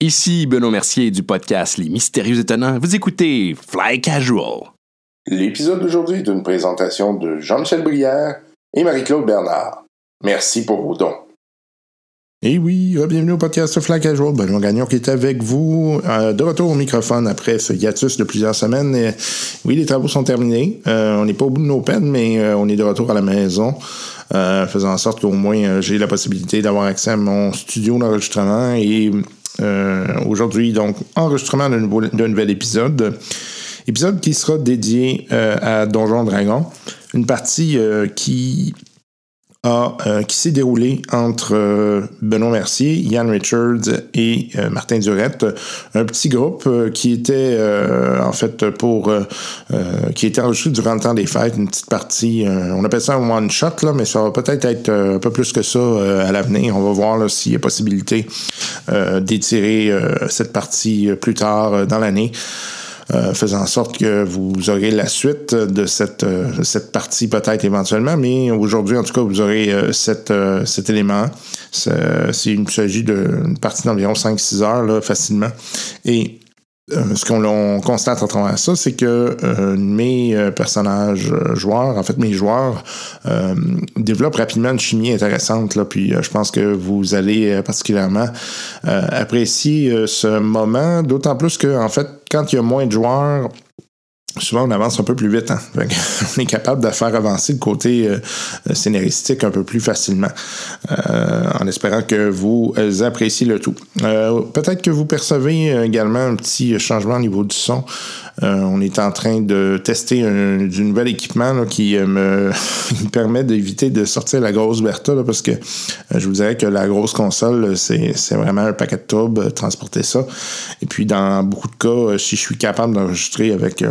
Ici Benoît Mercier du podcast Les Mystérieux Étonnants. Vous écoutez Fly Casual. L'épisode d'aujourd'hui est une présentation de Jean-Michel Brière et Marie-Claude Bernard. Merci pour vos dons. Et oui, euh, bienvenue au podcast Flac à jour. Benoît Gagnon qui est avec vous, euh, de retour au microphone après ce hiatus de plusieurs semaines. Euh, oui, les travaux sont terminés. Euh, on n'est pas au bout de nos peines, mais euh, on est de retour à la maison, euh, faisant en sorte qu'au moins euh, j'ai la possibilité d'avoir accès à mon studio d'enregistrement. Et euh, aujourd'hui, donc, enregistrement d'un nouveau- d'un nouvel épisode. Épisode qui sera dédié euh, à Donjon Dragon. Une partie euh, qui a, euh, qui s'est déroulé entre euh, Benoît Mercier, Yann Richards et euh, Martin Durette. Un petit groupe euh, qui était euh, en fait pour euh, euh, qui était enregistré durant le temps des fêtes, une petite partie. euh, on appelle ça un one shot là, mais ça va peut-être être euh, un peu plus que ça euh, à l'avenir. On va voir là, s'il y a possibilité euh, d'étirer euh, cette partie euh, plus tard euh, dans l'année. Euh, faisant en sorte que vous aurez la suite de cette, euh, cette partie peut-être éventuellement, mais aujourd'hui, en tout cas, vous aurez euh, cette, euh, cet élément. Ça- C'est une- il s'agit d'une partie d'environ 5-6 heures, là, facilement. Et euh, ce qu'on l'on constate à travers ça, c'est que euh, mes euh, personnages euh, joueurs, en fait mes joueurs, euh, développent rapidement une chimie intéressante. Là, puis euh, je pense que vous allez euh, particulièrement euh, apprécier euh, ce moment, d'autant plus que en fait, quand il y a moins de joueurs, souvent on avance un peu plus vite. hein. Fait que on est capable de faire avancer le côté euh, scénaristique un peu plus facilement, euh, en espérant que vous appréciez le tout. Euh, Peut-être que vous percevez euh, également un petit changement au niveau du son. Euh, on est en train de tester un- du nouvel équipement là, qui euh, me qui me permet d'éviter de sortir la grosse Bertha là, parce que euh, je vous dirais que la grosse console, là, c'est c'est vraiment un paquet de troubles, euh, transporter ça. Et puis dans beaucoup de cas, euh, si je suis capable d'enregistrer avec euh,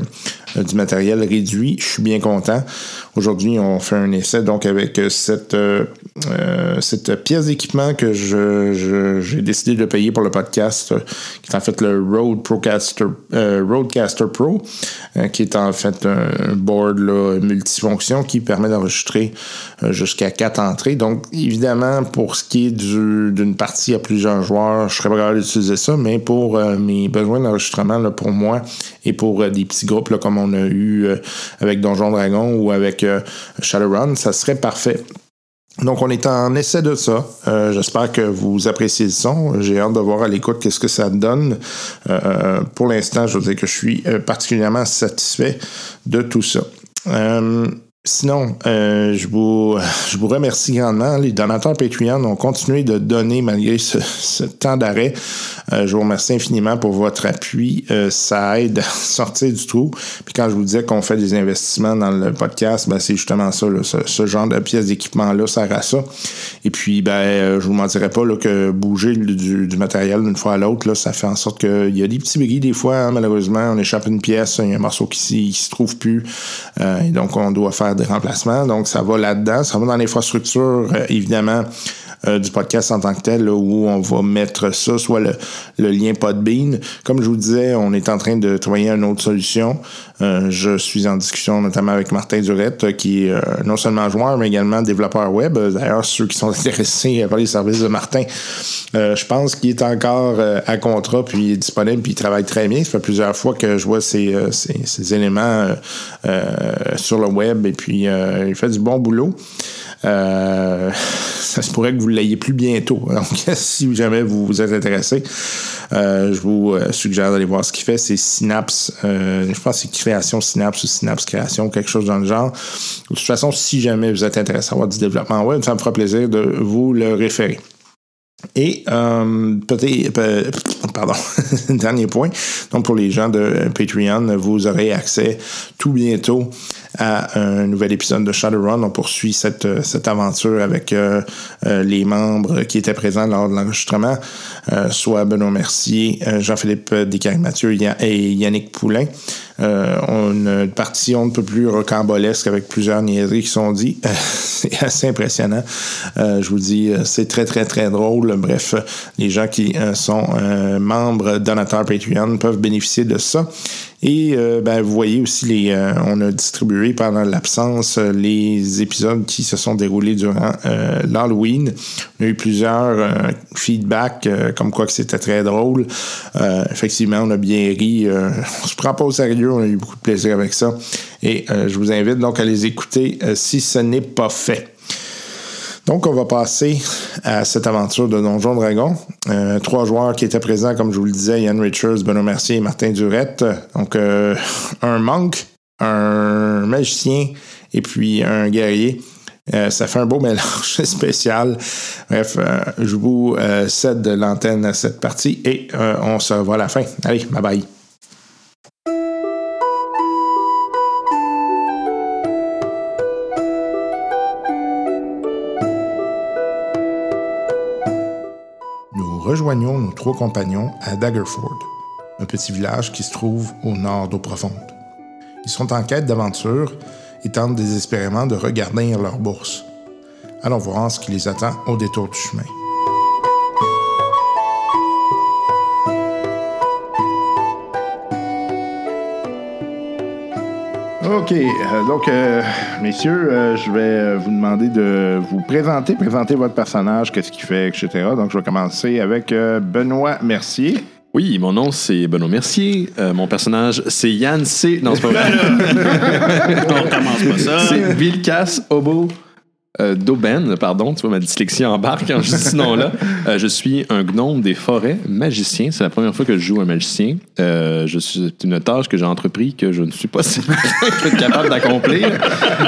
euh, du matériel réduit, je suis bien content. Aujourd'hui, on fait un essai donc avec euh, cette, euh, euh, cette pièce d'équipement que je- je- j'ai décidé de payer pour le podcast, euh, qui est en fait le Rode Procaster, euh, Rodecaster Pro, euh, qui est en fait un, un board là, multifonction qui permet d'enregistrer euh, jusqu'à quatre entrées. Donc, évidemment, pour ce qui est du- d'une partie à plusieurs joueurs, je serais pas capable d'utiliser ça, mais pour euh, mes besoins d'enregistrement, là, pour moi et pour euh, des petits groupes là, comme on a eu euh, avec Donjon Dragon ou avec euh, Shadowrun, ça serait parfait. Donc, on est en essai de ça. Euh, J'espère que vous appréciez le son. J'ai hâte de voir à l'écoute qu'est-ce que ça donne. Euh, pour l'instant, je veux dire que je suis euh, particulièrement satisfait de tout ça. Euh, Sinon, euh, je, vous, je vous remercie grandement. Les donateurs Patreon ont continué de donner malgré ce, ce temps d'arrêt. Euh, je vous remercie infiniment pour votre appui. Euh, ça aide à sortir du trou. Puis quand je vous disais qu'on fait des investissements dans le podcast, ben, c'est justement ça. là. ce, ce genre de pièces d'équipement-là sert à ça. Et puis, ben, euh, je vous mentirais pas là, que bouger le- du, du matériel d'une fois à l'autre, là, ça fait en sorte qu'il y a des petits bris des fois. hein, malheureusement, on échappe une pièce, il y a un morceau qui, s'y- qui se trouve plus. Euh, et donc, on doit faire des remplacements. Donc, ça va là-dedans. Ça va dans l'infrastructure, euh, évidemment, euh, du podcast en tant que tel, là, où on va mettre ça, soit le, le lien Podbean. Comme je vous disais, on est en train de travailler à une autre solution. Euh, je suis en discussion notamment avec Martin Durette, euh, qui est euh, non seulement joueur, mais également développeur web. Euh, D'ailleurs, ceux qui sont intéressés euh, par les services de Martin, euh, je pense qu'il est encore euh, à contrat, puis il est disponible, puis il travaille très bien. Ça fait plusieurs fois que je vois ces, euh, ces- ces éléments euh, euh, sur le web, et puis euh, il fait du bon boulot. Euh, ça se pourrait que vous l'ayez plus bientôt. Donc, si jamais vous vous êtes intéressé, euh, je vous euh, suggère d'aller voir ce qu'il fait. C'est Synapse. euh, je pense que c'est Création Synapse ou Synapse Création, quelque chose dans le genre. De toute façon, si jamais vous êtes intéressé à avoir du développement web, ça me fera plaisir de vous le référer. Et euh, peut-être, euh, pardon, dernier point. Donc pour les gens de Patreon, vous aurez accès tout bientôt à un nouvel épisode de Shadowrun. On poursuit cette, euh, cette aventure avec euh, euh, les membres qui étaient présents lors de l'enregistrement, euh, soit Benoît Mercier, euh, Jean-Philippe Descartes-Mathieu et Yannick Poulain. Euh, on a une partition un peu plus rocambolesque avec plusieurs niaiseries qui sont dites. Euh, c'est assez impressionnant. Euh, je vous dis, euh, c'est très, très, très drôle. Bref, les gens qui euh, sont euh, membres donateurs Patreon peuvent bénéficier de ça. Et euh, ben, vous voyez aussi, les, euh, on a distribué pendant l'absence euh, les épisodes qui se sont déroulés durant euh, l'Halloween. On a eu plusieurs euh, feedbacks euh, comme quoi que c'était très drôle. Euh, effectivement, on a bien ri. euh, on se prend pas au sérieux. On a eu beaucoup de plaisir avec ça. Et euh, je vous invite donc à les écouter euh, si ce n'est pas fait. Donc, on va passer à cette aventure de Donjon Dragon. Euh, trois joueurs qui étaient présents, comme je vous le disais, Yann Richards, Benoît Mercier et Martin Durette. Donc, euh, un monk, un magicien et puis un guerrier. Euh, ça fait un beau mélange spécial. Bref, euh, je vous euh, cède l'antenne à cette partie et euh, on se revoit à la fin. Allez, bye bye. nous rejoignons nos trois compagnons à Daggerford, un petit village qui se trouve au nord d'eau profonde. Ils sont en quête d'aventure et tentent désespérément de regarder leur bourse. Allons voir ce qui les attend au détour du chemin. OK. euh, donc, euh, messieurs, euh, je vais euh, vous demander de vous présenter, présenter votre personnage, qu'est-ce qu'il fait, etc. Donc, je vais commencer avec euh, Benoît Mercier. Oui, mon nom c'est Benoît Mercier. Euh, mon personnage c'est Yann C. Non, c'est pas vrai. On commence pas ça. c'est Vilcas Obo euh, Doben, pardon. Tu vois, ma dyslexie embarque quand je dis ce nom-là. Euh, je suis un gnome des forêts, magicien. C'est la première fois que je joue un magicien. Euh, je suis, c'est une tâche que j'ai entreprise que je ne suis pas certain d'être capable d'accomplir.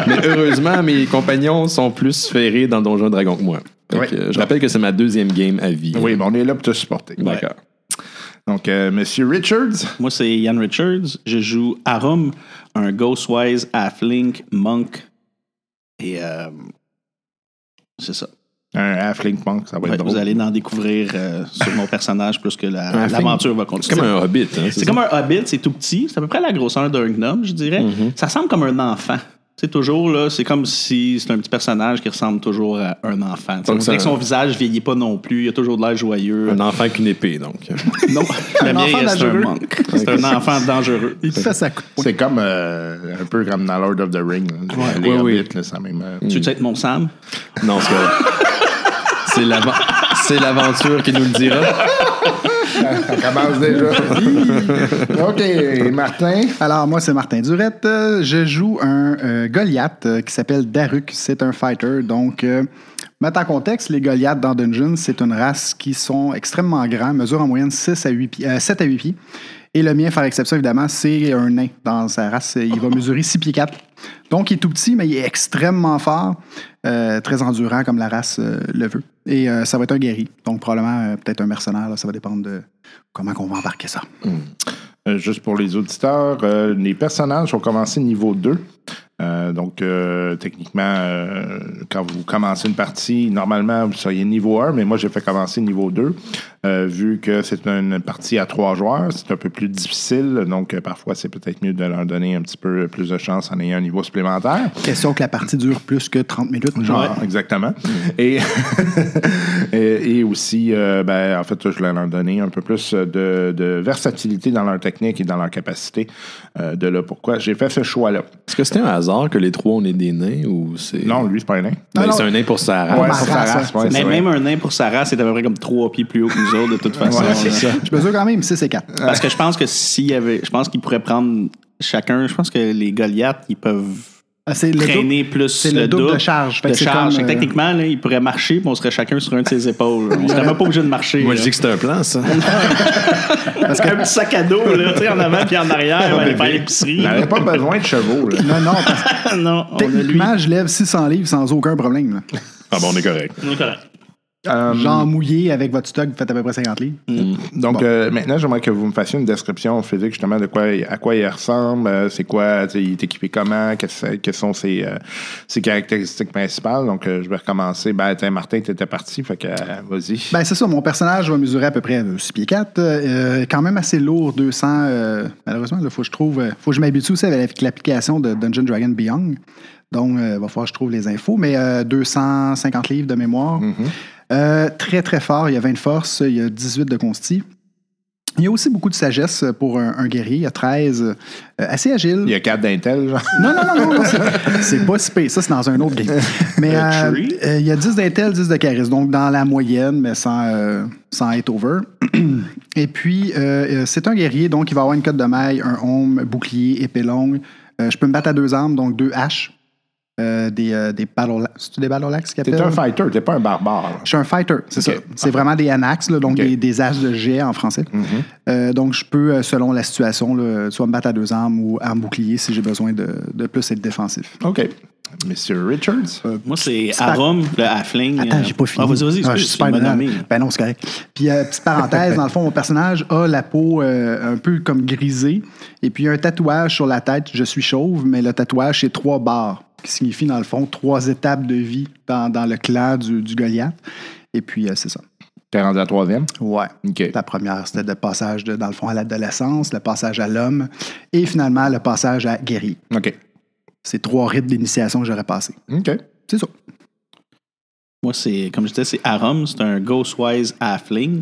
Mais heureusement, mes compagnons sont plus ferrés dans Donjon Dragon que moi. Donc, Ouais. euh, je rappelle que c'est ma deuxième game à vie. Oui, bon, on est là pour te supporter. D'accord. Donc, euh, Monsieur Richards. Moi, c'est Yann Richards. Je joue Arum, un Ghostwise, Halfling, Monk. Et euh, c'est ça. Un halfling punk, ça va Ouais, être drôle. vous allez en découvrir euh, sur mon personnage plus que la- Halfling. l'aventure va C'est continuer. comme un hobbit. hein, C'est ça? comme un hobbit, c'est tout petit. C'est à peu près la grosseur d'un gnome, je dirais. Ça ressemble comme un enfant. C'est toujours là, c'est comme si c'est un petit personnage qui ressemble toujours à un enfant. Tu sais, On Donc, dirait que ça- Ah son visage vieillit pas non plus. Il a toujours de l'air joyeux. Un enfant avec une épée, donc. euh. Non, le mien enfant reste un dangereux. monk. C'est un enfant dangereux. Il te fait sa coup de poing. C'est comme euh, un peu comme dans Lord of the Ring. là. Les ouais, hobbits, oui. là, c'est la même. euh, Hmm. Tu veux être mon Sam? Non, c'est pas vrai. C'est l'avent- C'est l'aventure qui nous le dira. ça commence déjà. OK, Martin. Alors, moi, c'est Martin Durette. Euh, Je joue un euh, Goliath euh, qui s'appelle Daruk. C'est un fighter. Donc, euh, mettre en contexte, les Goliaths dans Dungeons, c'est une race qui sont extrêmement grands, mesurent en moyenne 6 à 8 pieds, euh, 7 à 8 pieds. Et le mien, faire exception, évidemment, c'est un nain dans sa race. Il va mesurer 6 pieds 4. Donc, il est tout petit, mais il est extrêmement fort, euh, très endurant comme la race euh, le veut. Et euh, ça va être un guerrier. Donc, probablement, euh, peut-être un mercenaire. là. ça va dépendre de comment on va embarquer ça. Euh, juste pour les auditeurs, euh, les personnages ont commencé niveau 2. Euh, donc, euh, techniquement, euh, quand vous commencez une partie, normalement, vous seriez niveau 1, mais moi, j'ai fait commencer niveau 2. Euh, vu que c'est une partie à trois joueurs, c'est un peu plus difficile. Donc, euh, parfois, c'est peut-être mieux de leur donner un petit peu plus de chance en ayant un niveau supplémentaire. Question que la partie dure plus que 30 minutes. Genre, Genre, Ah, exactement. Et, et, et aussi, euh, ben, en fait, je voulais leur donner un peu plus de, de versatilité dans leur technique et dans leur capacité. Euh, de là pourquoi j'ai fait ce choix-là. Est-ce que c'était un hasard que les trois on est des nains ou c'est. Non, lui, c'est pas un nain. Ben, Non, non. c'est un nain pour sa race. Ouais, c'est ma race, race, hein. ouais, Mais c'est vrai. même un nain pour Sarah, c'est à peu près comme trois pieds plus haut que nous autres, de toute façon. Ouais, c'est là. ça. je mesure quand même 6 et 4. Parce que je pense que s'il y avait. Je pense qu'ils pourraient prendre chacun. Je pense que les Goliaths, ils peuvent Ah, C'est le double. traîner plus. c'est le double de charge. Fait de que c'est charge. comme, Fait que euh, Techniquement, là, ils pourraient marcher, puis on serait chacun sur un de ses épaules. On serait même pas obligé de marcher. Moi, là. je dis que c'est un plan, ça. Parce que un petit sac à dos, là, tu sais, en avant puis en arrière, on va aller faire l'épicerie. Il n'avait pas besoin de chevaux. là. Non, non, parce que non, on a lui. techniquement, je lève 600 livres sans aucun problème. là. Ah bon, on est correct. On est correct. Euh, Genre mouillé avec votre stock, vous faites à peu près 50 livres. Donc euh, maintenant, j'aimerais que vous me fassiez une description physique justement de quoi, à quoi il ressemble, euh, c'est quoi, tu sais, il est équipé comment, qu'est-ce- quelles sont ses, euh, ses caractéristiques principales. Donc euh, je vais recommencer. Ben, tiens, Martin, t'étais parti, fait que euh, vas-y. Ben, c'est ça, mon personnage va mesurer à peu près 6 pieds 4. euh, quand même assez lourd, 200. euh, malheureusement, il faut que je trouve, euh, faut que je m'habitue aussi avec l'application de Dungeon Dragon Beyond. Donc, il va falloir que je trouve les infos, mais euh, 250 livres de mémoire. Euh, très, très fort. Il y a 20 de force, il y a 18 de consti. Il y a aussi beaucoup de sagesse pour un, un guerrier. Il y a 13. euh, assez agile. il y a quatre d'intel, genre. Non, non, non, non, non, c'est- c'est pas si pire. Ça, c'est dans un autre game. Mais A euh, euh, tree? il y a 10 d'intel, 10 de charisme. Donc, dans la moyenne, mais sans, euh, sans être over. Et puis, euh, euh, c'est un guerrier. Donc, il va avoir une cote de maille, un home, bouclier, épée longue. Euh, je peux me battre à deux armes, donc deux haches. Euh, des, euh, des battle... C'est-tu des battle axes qu'ils T'es appellent? un fighter, t'es pas un barbare. Je suis un fighter, c'est Ok. ça. C'est vraiment des anaxes, là, donc Ok. des, des haches de jet en français. Euh, donc, je peux, euh, selon la situation, là, soit me battre à deux armes ou arme bouclier si j'ai besoin de, de plus être défensif. OK. Monsieur Richards. Euh. Moi, c'est par- Arum, le halfling. euh, Attends, j'ai pas fini. Ah, vas-y, vas-y, Ah, excuse, je suis c'est super une bonne dedans. armée. Ben non, c'est correct. Puis, euh, petite parenthèse, dans le fond, mon personnage a la peau euh, un peu comme grisée. Et puis, il y a un tatouage sur la tête. Je suis chauve, mais le tatouage, c'est trois barres, qui signifie, dans le fond, trois étapes de vie dans, dans le clan du, du Goliath. Et puis, euh, c'est ça. T'es rendu à la troisième? Ouais. OK. La première, c'était le passage, de, dans le fond, à l'adolescence, le passage à l'homme et finalement le passage à guéri. OK. C'est trois rites d'initiation que j'aurais passé. OK. C'est ça. Moi, c'est, comme je disais, c'est Arum, c'est un Ghostwise Halfling.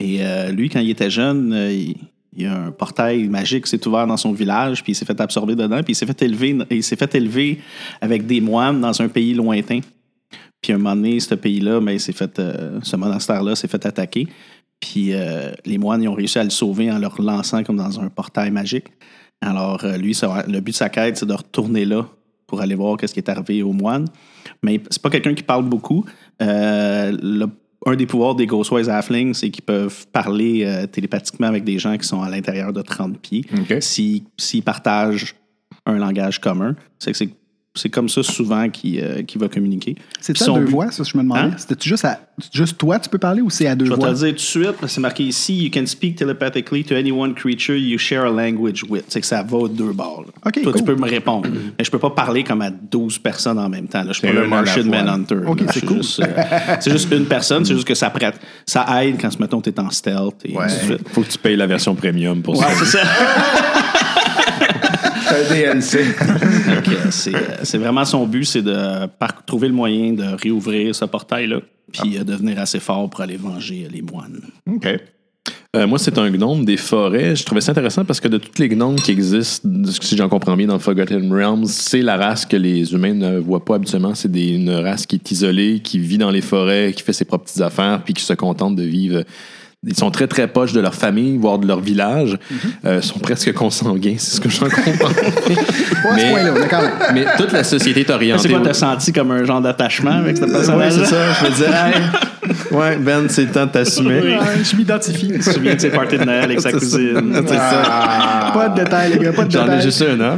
Et euh, lui, quand il était jeune, euh, il, il y a un portail magique qui s'est ouvert dans son village, puis il s'est fait absorber dedans, puis il s'est fait élever, il s'est fait élever avec des moines dans un pays lointain. Puis à un moment donné, ce pays-là, ben, il s'est fait, euh, ce monastère-là s'est fait attaquer. Puis euh, les moines, ils ont réussi à le sauver en le relançant comme dans un portail magique. Alors euh, lui, ça va- le but de sa quête, c'est de retourner là pour aller voir qu'est-ce qui est arrivé aux moines. Mais c'est pas quelqu'un qui parle beaucoup. Euh, le- un des pouvoirs des Ghostwise Halflings, c'est qu'ils peuvent parler euh, télépathiquement avec des gens qui sont à l'intérieur de 30 pieds OK. si- s'ils partagent un langage commun. C'est que c'est- c'est comme ça souvent qu'il euh, qu'il va communiquer. C'est Puis à son deux but- voix, ça, je me demandais. Hein? C'était-tu juste, à- juste toi, tu peux parler ou c'est à deux Je vais te voix? le dire tout de suite, parce que c'est marqué ici You can speak telepathically to any one creature you share a language with. C'est que ça va aux deux balles. Toi, Ok, tu cool. peux me répondre. Mais je peux pas parler comme à 12 personnes en même temps. là. Je suis C'est pas une le à la Martian fois. Manhunter. Ok, là. c'est Je suis cool. juste, euh, C'est juste, une personne, c'est juste que ça prête. Ça aide quand, mettons, tu es en stealth et ainsi de suite. Faut que tu payes la version premium pour ça. Ouais, c'est ça. Un DLC. Donc, euh, c'est euh, c'est vraiment son but, c'est de par- trouver le moyen de réouvrir ce portail-là, puis euh, devenir assez fort pour aller venger euh, les moines. OK. Euh, moi, c'est un gnome des forêts. Je trouvais ça intéressant parce que de toutes les gnomes qui existent, de ce que- si j'en comprends bien, dans Forgotten Realms, c'est la race que les humains ne voient pas habituellement. C'est des- une race qui est isolée, qui vit dans les forêts, qui fait ses propres petites affaires, puis qui se contente de vivre. Ils sont très, très proches de leur famille, voire de leur village. Euh, sont presque consanguins, c'est ce que j'en comprends. Pas à ce point-là, mais quand même. mais toute la société est orientée. Ah, C'est quoi, au- t'as senti comme un genre d'attachement avec cette Ouais, personnage c'est ça. Je me disais, Hey, ouais, Ben, c'est le temps de t'assumer. Je m'identifie. Je me souviens de ses parties de Noël avec sa cousine. C'est ça. Ah. Pas de détails, les gars, pas de J'en ai détails. juste un, hein?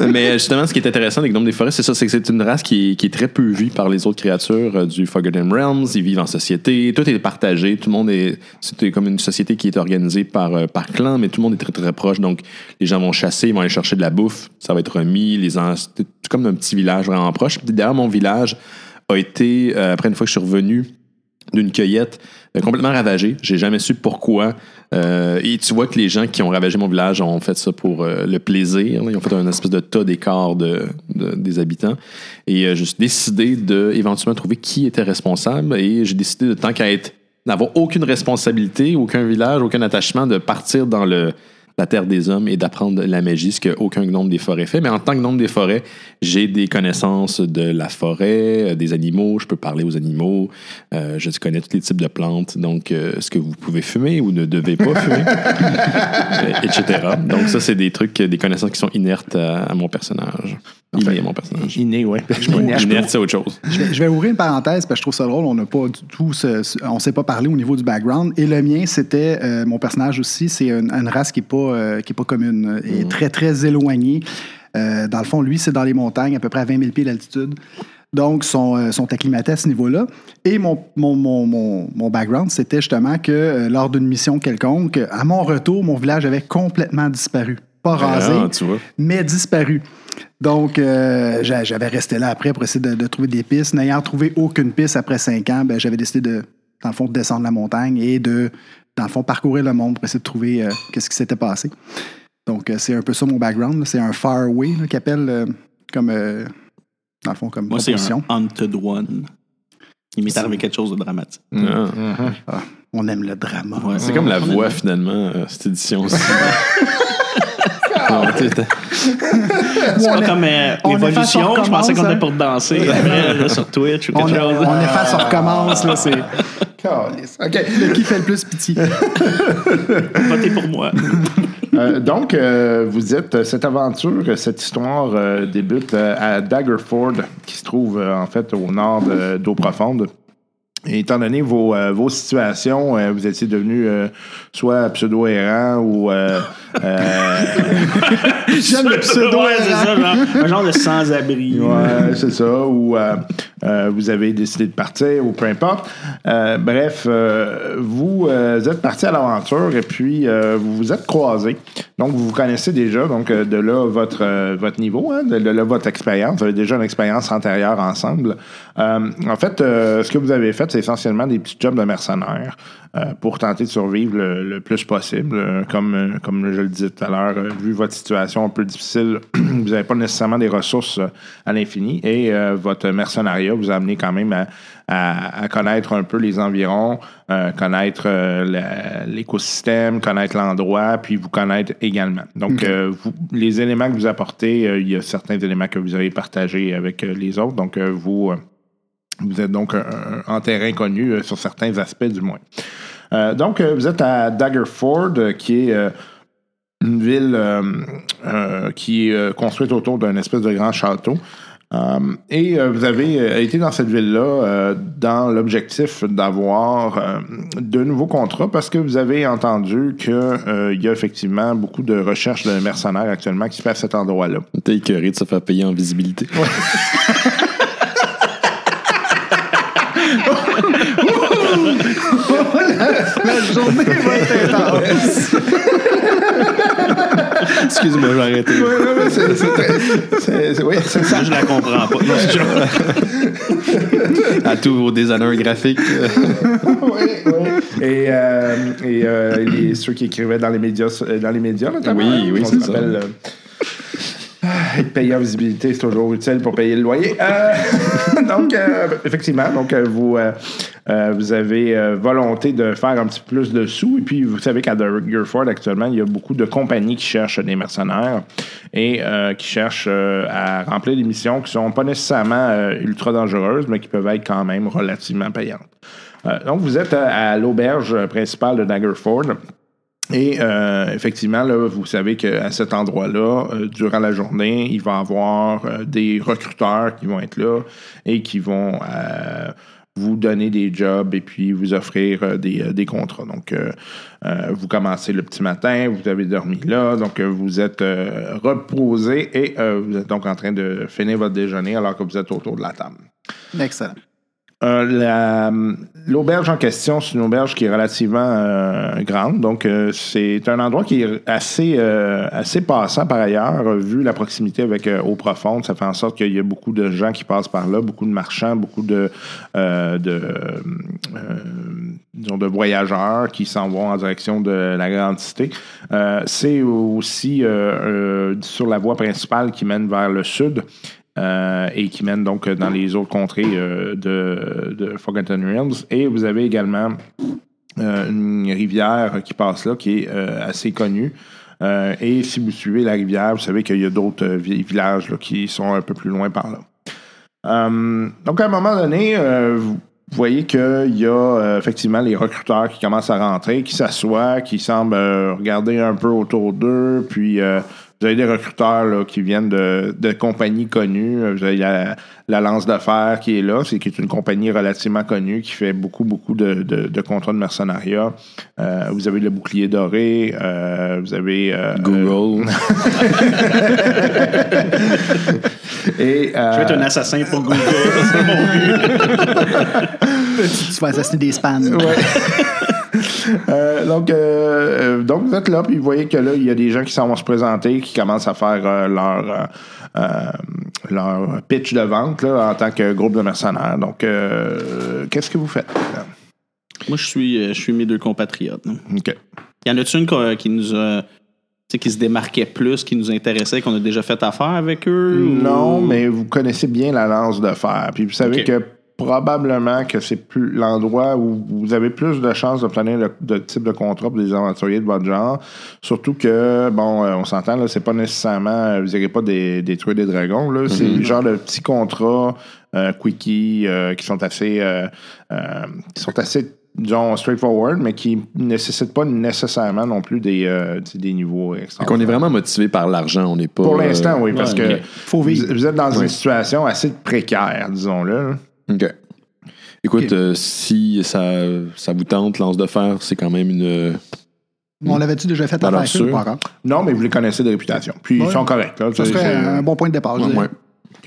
Euh, Mais justement, ce qui est intéressant des gnomes des forêts, c'est ça, c'est que c'est une race qui, est- qui est très peu vue par les autres créatures euh, du Forgotten Realms. Ils vivent en société, tout est partagé, tout le monde est... C'est comme une société qui est organisée par, euh, par clan, mais tout le monde est très très proche, donc les gens vont chasser, ils vont aller chercher de la bouffe, ça va être remis, les en- c'est comme un petit village vraiment proche. Puis D'ailleurs, mon village a été, euh, après une fois que je suis revenu, d'une cueillette euh, complètement ravagée. J'ai jamais su pourquoi. Euh, et tu vois que les gens qui ont ravagé mon village ont fait ça pour euh, le plaisir. là. Ils ont fait un espèce de tas d'écart de, de- des habitants. Et euh, je suis décidé de éventuellement trouver qui était responsable. Et j'ai décidé de tant qu'à être n'avoir aucune responsabilité, aucun village, aucun attachement, de partir dans le la terre des hommes et d'apprendre la magie, ce qu'aucun gnome des forêts fait. Mais en tant que gnome des forêts, j'ai des connaissances de la forêt, euh, des animaux, je peux parler aux animaux, euh, je connais tous les types de plantes, donc euh, ce que vous pouvez fumer ou ne devez pas fumer, euh, etc. Donc ça, c'est des trucs, euh, des connaissances qui sont inertes à, à mon personnage. Enfin, à mon personnage. Inné, ouais. Inerte, c'est autre chose. Je vais, je vais ouvrir une parenthèse parce que je trouve ça drôle. On n'a pas du tout, ce- ce- on s'est pas parlé au niveau du background. Et le mien, c'était euh, mon personnage aussi. C'est une, une race qui est pas, euh, qui est pas commune euh, Mm. et très très éloignée. Euh, dans le fond, lui, c'est dans les montagnes, à peu près à 20 000 pieds d'altitude. Donc, sont, euh, sont acclimatés à ce niveau-là. Et mon, mon, mon, mon, mon background, c'était justement que euh, lors d'une mission quelconque, à mon retour, mon village avait complètement disparu. Pas rasé, Ah, tu vois. mais disparu. Donc, euh, j'a- j'avais resté là après pour essayer de, de trouver des pistes. N'ayant trouvé aucune piste après cinq ans, ben, j'avais décidé de, dans le fond, de descendre la montagne et de, dans le fond, parcourir le monde pour essayer de trouver euh, qu'est-ce qui s'était passé. Donc, euh, c'est un peu ça mon background. là. C'est un faraway là, qui appelle euh, comme, euh, dans le fond, comme Moi, c'est proposition. un Haunted One. Il m'est arrivé quelque chose de dramatique. Ah. On aime le drama. Ouais. C'est comme la voix, finalement, euh, cette édition-ci. Non, t'es- t'es- C'est pas comme euh, on efface, on Évolution, je pensais qu'on recommence, était hein. pour danser après, euh, là, sur Twitch ou On, quelque est- chose. on efface, on recommence. là, c'est Calice. OK. qui fait le plus pitié. Votez pour moi. Euh, donc, euh, vous êtes, cette aventure, cette histoire euh, débute euh, à Daggerford, qui se trouve euh, en fait au nord de- d'eau profonde. Et étant donné vos, euh, vos situations, euh, vous étiez devenu euh, soit pseudo-errant ou. euh, euh, J'aime le pseudo. Ouais, c'est ça, genre, un genre de sans-abri. Ouais, c'est ça. Ou euh, euh, vous avez décidé de partir, ou peu importe. Euh, bref, euh, vous euh, êtes parti à l'aventure et puis euh, vous vous êtes croisés. Donc, vous vous connaissez déjà. Donc, euh, de là, votre, euh, votre niveau, hein, de là, votre expérience. Vous avez déjà une expérience antérieure ensemble. Euh, en fait, euh, ce que vous avez fait, c'est essentiellement des petits jobs de mercenaires euh, pour tenter de survivre le, le plus possible. Euh, comme, euh, comme je le disais tout à l'heure, euh, vu votre situation un peu difficile, vous n'avez pas nécessairement des ressources euh, à l'infini et euh, votre mercenariat vous a amené quand même à, à- à connaître un peu les environs, euh, connaître euh, la- l'écosystème, connaître l'endroit, puis vous connaître également. Donc, euh, vous- les éléments que vous apportez, euh, il y a certains éléments que vous avez partagés avec euh, les autres. Donc, euh, vous... euh, vous êtes donc euh, en terrain connu euh, sur certains aspects du moins. Euh, donc, euh, vous êtes à Daggerford, euh, qui est euh, une ville euh, euh, qui est euh, construite autour d'un espèce de grand château. Euh, et euh, vous avez euh, été dans cette ville-là euh, dans l'objectif d'avoir euh, de nouveaux contrats parce que vous avez entendu qu'il y a effectivement beaucoup de recherches de mercenaires actuellement qui se passent à cet endroit-là. T'es écœuré de se faire payer en visibilité. La journée va être intense. Excuse-moi, j'ai arrêté. oui, c'est Ça, je la comprends pas. Non, c'est genre- À tous vos désanneurs graphiques. oui, oui. Et, euh, et euh, les- ceux qui écrivaient dans les médias, euh, dans les médias notamment. Oui, hein, oui, on c'est se ça. rappelle, euh, ah, être payé en visibilité, c'est toujours utile pour payer le loyer. Euh, donc, euh, effectivement, donc euh, vous, euh, euh, vous avez euh, volonté de faire un petit peu plus de sous. Et puis, vous savez qu'à Daggerford, actuellement, il y a beaucoup de compagnies qui cherchent des mercenaires et euh, qui cherchent euh, à remplir des missions qui sont pas nécessairement euh, ultra dangereuses, mais qui peuvent être quand même relativement payantes. Euh, donc, vous êtes à, à l'auberge principale de Daggerford. Et euh, effectivement, là, vous savez qu'à cet endroit-là, euh, durant la journée, il va y avoir euh, des recruteurs qui vont être là et qui vont euh, vous donner des jobs et puis vous offrir euh, des, euh, des contrats. Donc, euh, euh, vous commencez le petit matin, vous avez dormi là, donc euh, vous êtes euh, reposé et euh, vous êtes donc en train de finir votre déjeuner alors que vous êtes autour de la table. Excellent. Euh, la- L'auberge en question, c'est une auberge qui est relativement euh, grande. Donc, euh, c'est un endroit qui est assez, euh, assez passant par ailleurs, euh, vu la proximité avec euh, Eau Profonde. Ça fait en sorte qu'il y a beaucoup de gens qui passent par là, beaucoup de marchands, beaucoup de, euh, de, euh, disons, de voyageurs qui s'en vont en direction de la grande cité. Euh, c'est aussi euh, euh, sur la voie principale qui mène vers le sud euh, et qui mène donc dans les autres contrées euh, de, de Forgotten Realms. Et vous avez également euh, une rivière qui passe là qui est euh, assez connue. Euh, et si vous suivez la rivière, vous savez qu'il y a d'autres euh, vi- villages là, qui sont un peu plus loin par là. Euh, donc, à un moment donné, euh, vous voyez qu'il y a euh, effectivement les recruteurs qui commencent à rentrer, qui s'assoient, qui semblent euh, regarder un peu autour d'eux, puis euh, vous avez des recruteurs là, qui viennent de, de compagnies connues. Euh, Vous avez la, la Lance d'affaires qui est là, c'est qui est une compagnie relativement connue qui fait beaucoup, beaucoup de, de- de contrats de mercenariat. Euh, vous avez le bouclier doré. euh, vous avez euh, Google. euh, et euh, Je vais être un assassin pour Google. c'est mon but. Tu vas assassiner des spans. Euh, donc, euh, euh, donc, vous êtes là, puis vous voyez que là, il y a des gens qui s'en vont se présenter, qui commencent à faire euh, leur, euh, euh, leur pitch de vente là, en tant que groupe de mercenaires. Donc, euh, qu'est-ce que vous faites? Moi, je suis, euh, je suis mes deux compatriotes. là. OK. Y en a-tu une qu'on- euh, qui nous a. tu sais, qui se démarquait plus, qui nous intéressait, qu'on a déjà fait affaire avec eux? ou- Non, mais vous connaissez bien la lance de fer. Puis vous savez Ok. que probablement que c'est plus l'endroit où vous avez plus de chances d'obtenir le, de type de contrat pour des aventuriers de votre genre. Surtout que, bon, euh, on s'entend, là, c'est pas nécessairement, euh, vous n'irez pas des, détruire des dragons. Là. C'est Mhm. le genre de petits contrats euh, quickie euh, qui sont assez. euh, euh, qui sont assez disons straightforward, mais qui ne nécessitent pas nécessairement non plus des, euh, tu sais, des niveaux Fait qu'on est vraiment motivé par l'argent, on n'est pas. pour l'instant, oui, parce ouais, que ok. Faut vivre. vous- vous êtes dans une Oui. situation assez précaire, disons-le. euh, OK. Écoute, Ok. euh, si ça, ça vous tente, lance de fer, c'est quand même une. euh, On l'avait-tu déjà fait Alors, affaire avec eux ou sûr. pas encore? Non, mais vous les connaissez de réputation. Puis ils Ouais. sont corrects. là. Ça C'est- serait c'est- un bon point de départ. je Ouais, ouais, dirais.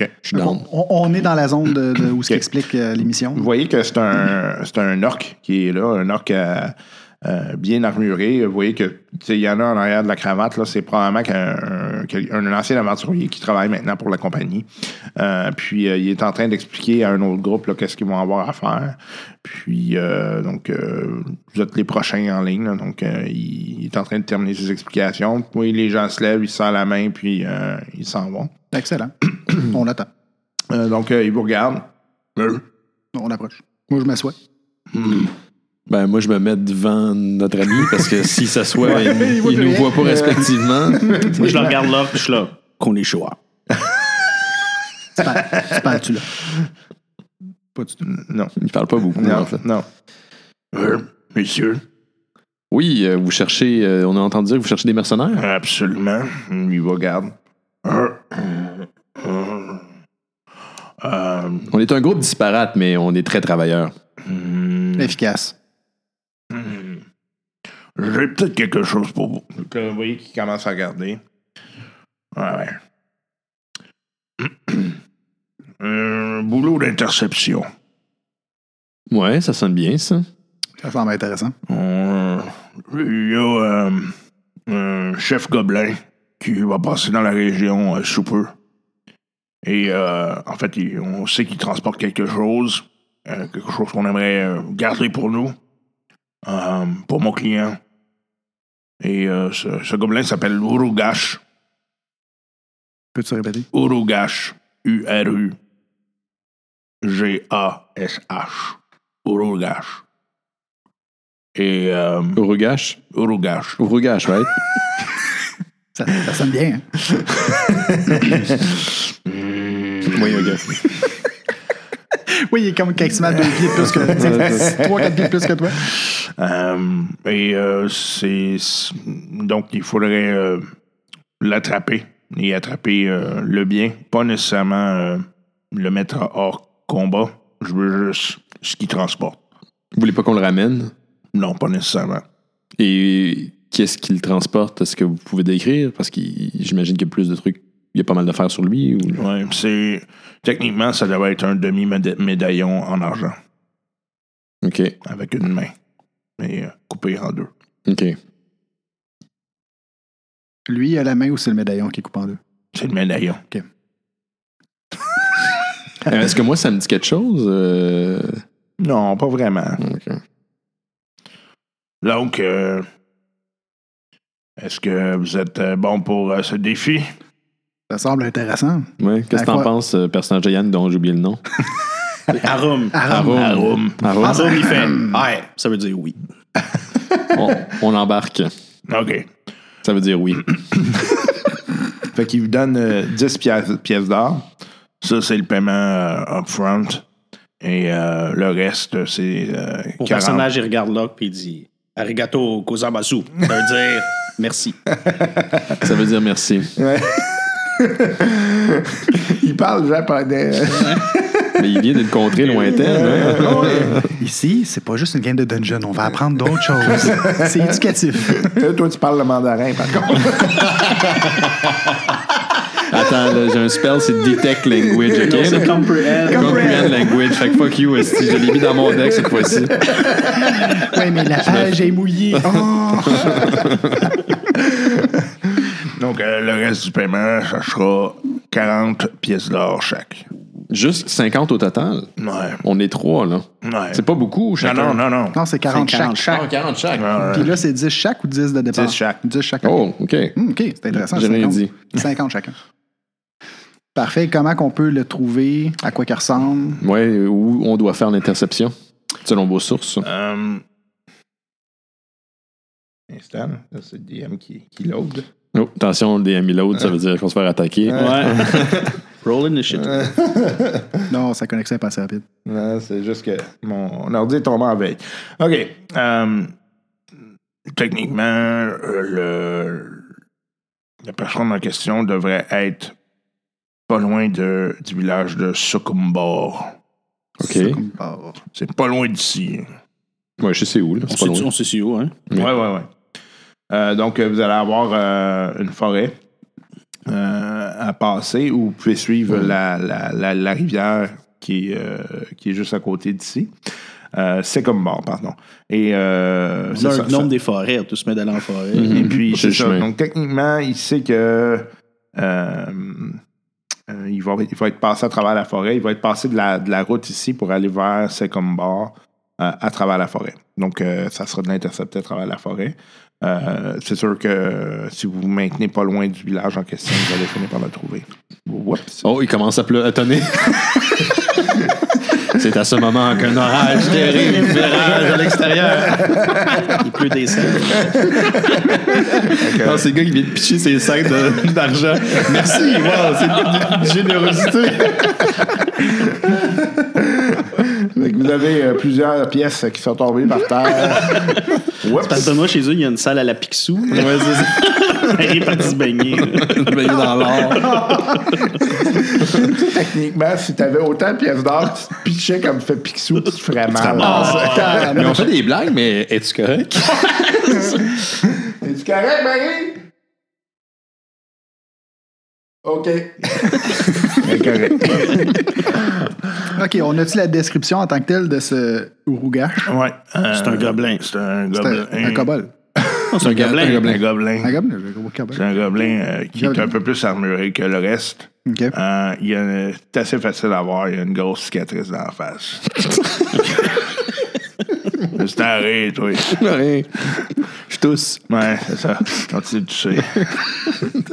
OK. je suis down. On, on est dans la zone de, de où ce Ok. qu'explique euh, l'émission. Vous voyez que c'est un, c'est un orc qui est là, un orc euh, euh, bien armuré. Vous voyez que tu sais, il y en a en arrière de la cravate. là, C'est probablement qu'un qu'un- un ancien aventurier qui travaille maintenant pour la compagnie. Euh, puis euh, il est en train d'expliquer à un autre groupe là, qu'est-ce qu'ils vont avoir à faire. Puis euh, donc euh, vous êtes les prochains en ligne. là. donc euh, il, il est en train de terminer ses explications. Puis les gens se lèvent, ils se serrent la main, puis euh, ils s'en vont. Excellent. on attend. Euh, donc euh, ils vous regardent. On approche. Moi, je m'assois. Ben, moi, je me mets devant notre ami parce que s'il s'assoit, Ouais, il, il voit il plus nous rien. voit pas Euh. respectivement. Moi, je le regarde là, puis je suis là. Qu'on est chaud. Tu parles- tu parles-tu là? Pas du tout. Non. il parle pas beaucoup, Non, en fait. non. monsieur. Oui, euh, vous cherchez. euh, on a entendu dire que vous cherchez des mercenaires. Absolument. Il vous regarde. Euh, On est un groupe disparate, mais on est très travailleurs. Efficace. J'ai peut-être quelque chose pour vous. Donc, euh, Vous voyez qu'il commence à regarder. Ouais, ouais. Un Euh, boulot d'interception. Ouais, ça sonne bien, ça. Ça semble intéressant. Euh, Il y a euh, un chef gobelin qui va passer dans la région euh, sous peu. Et euh, en fait, il- on sait qu'il transporte quelque chose, euh, quelque chose qu'on aimerait euh, garder pour nous, euh, pour mon client. Et euh, ce, ce gobelin s'appelle Urugash. Peux-tu répéter? Urugash. U-R-U-G-A-S-H. Urugash. Et euh, Urugash. Urugash. Urugash, right? Ça, ça sonne bien. hein? oui, Euh, ok. Oui, il est comme quasiment deux pieds de plus que toi. Trois, quatre pieds de plus que toi. Euh, et euh, c'est. c'est- Donc, il faudrait euh, l'attraper et attraper euh, le bien. Pas nécessairement euh, le mettre hors combat. Je veux juste ce qu'il transporte. Vous voulez pas qu'on le ramène? Non, pas nécessairement. Et qu'est-ce qu'il transporte? Est-ce que vous pouvez décrire? Parce que j'imagine qu'il y a plus de trucs. Il y a pas mal d'affaires sur lui. ou- Ouais, c'est. Techniquement, ça devrait être un demi-médaillon en argent, OK. avec une main. Et euh, coupé en deux. OK. Lui, il a la main ou c'est le médaillon qui est coupé en deux? C'est le médaillon. Euh, Est-ce que moi, ça me dit quelque chose? Euh, Non, pas vraiment. OK. Donc, euh, est-ce que vous êtes euh, bon pour euh, ce défi? Ça semble intéressant. Ouais. Qu'est-ce que À t'en quoi- penses, euh, personnage de Yann dont j'ai oublié le nom? Arum. Arum. Arum. Arum. Arum, il fait. ah, Ouais, ça veut dire oui. On, on embarque. OK. Ça veut dire oui. Fait qu'il vous donne euh, 10 pièces, pièces d'or. Ça, c'est le paiement euh, upfront. Et euh, le reste, c'est euh, Mon 40. personnage, il regarde là, puis il dit Arigato Kozamasu. Ça veut dire Merci. Ça veut dire merci. Il parle japonais. Mais il vient d'une contrée lointaine. hein? Ici, c'est pas juste une game de dungeon. On va apprendre d'autres choses. c'est éducatif. Toi, tu parles le mandarin, par contre. Attends, là, j'ai un spell, c'est Detect Language, OK? C'est comprehend. Comprehend Language. Fait que fuck you, esti. Je l'ai mis dans mon deck cette fois-ci. Oui, mais la page est mouillée. Oh! Donc, euh, le reste du paiement, ça sera 40 pièces d'or chaque. Juste 50 au total. Ouais. On est trois, là. Ouais. C'est pas beaucoup, Non, chacun. non, non, non. Non, c'est 40 chaque. 40 chaque. 40 chaque. Puis là, c'est 10 chaque ou 10 de départ? 10 chaque. 10 chaque. Oh, OK. Hmm, OK, c'est intéressant. J'ai rien 50. dit. 50 chacun. Parfait. Comment qu'on peut le trouver? À quoi qu'il ressemble? Ouais, où on doit faire l'interception, selon vos sources. Euh... Instant, là, c'est le DM qui, qui load. Oh, attention, le DM load, ça veut dire qu'on se fait attaquer. Ouais. Roll initiative. Non, sa connexion n'est pas assez rapide. Non, c'est juste que mon ordi est tombé en veille. OK. euh, techniquement, euh, le, la personne en question devrait être pas loin de, du village de Sukumbar. OK. C'est comme part. C'est pas loin d'ici. Ouais, je sais où, là. On C'est pas sait- loin. On sait c'est où, hein? Oui. Ouais, ouais, ouais. Euh, donc, euh, vous allez avoir euh, une forêt euh, à passer où vous pouvez suivre la, la- la- la rivière qui est, euh, qui est juste à côté d'ici. Euh, c'est comme mort, pardon. Et euh, On c'est a ça, un ça- gnome des forêts. Tout se met d'aller en forêt. Mhm. Et puis, C'est c'est le ça. chemin. Donc, techniquement, il sait que. euh, euh, il, va, il va être passé à travers la forêt. Il va être passé de la, de la route ici pour aller vers Secombar euh, à travers la forêt. Donc, euh, ça sera de l'intercepter à travers la forêt. Euh, c'est sûr que euh, si vous vous maintenez pas loin du village en question, vous allez finir par le trouver. Oups. Oh, il commence à, pleu- à tonner. C'est à ce moment qu'un orage terrible virage à l'extérieur. Il pleut des sables. Non, c'est le gars qui vient de picher ses sacs de- d'argent. Merci, wow, c'est une générosité. Fait que vous avez euh, plusieurs pièces qui sont tombées par terre. Oups. Parce que moi, chez eux, il y a une salle à la Picsou. Ouais, c'est ça. Marie est partie se baigner. Baigner dans l'or. Techniquement, si tu avais autant de pièces d'or, tu te pichais comme fait Picsou, tu te ferais mal. Ah, Ah, Mais on fait des blagues, mais es-tu correct? Es-tu correct, Marie? OK. correct. OK, on a-tu la description en tant que telle de ce Ah, Urugash? Ouais. euh, C'est un gobelin. C'est un ben, C'est gobelin. un, un kobold. C'est un un gobelin. gobelin. Un Un gobelin. gobelin, un gros C'est kobold. un gobelin euh, qui est un peu plus armuré que le reste. OK. Euh, il a une- c'est assez facile à voir. Il a une grosse cicatrice dans la face. C'est arrêt, toi. Je tousse. Ouais, c'est ça. Continue de toucher.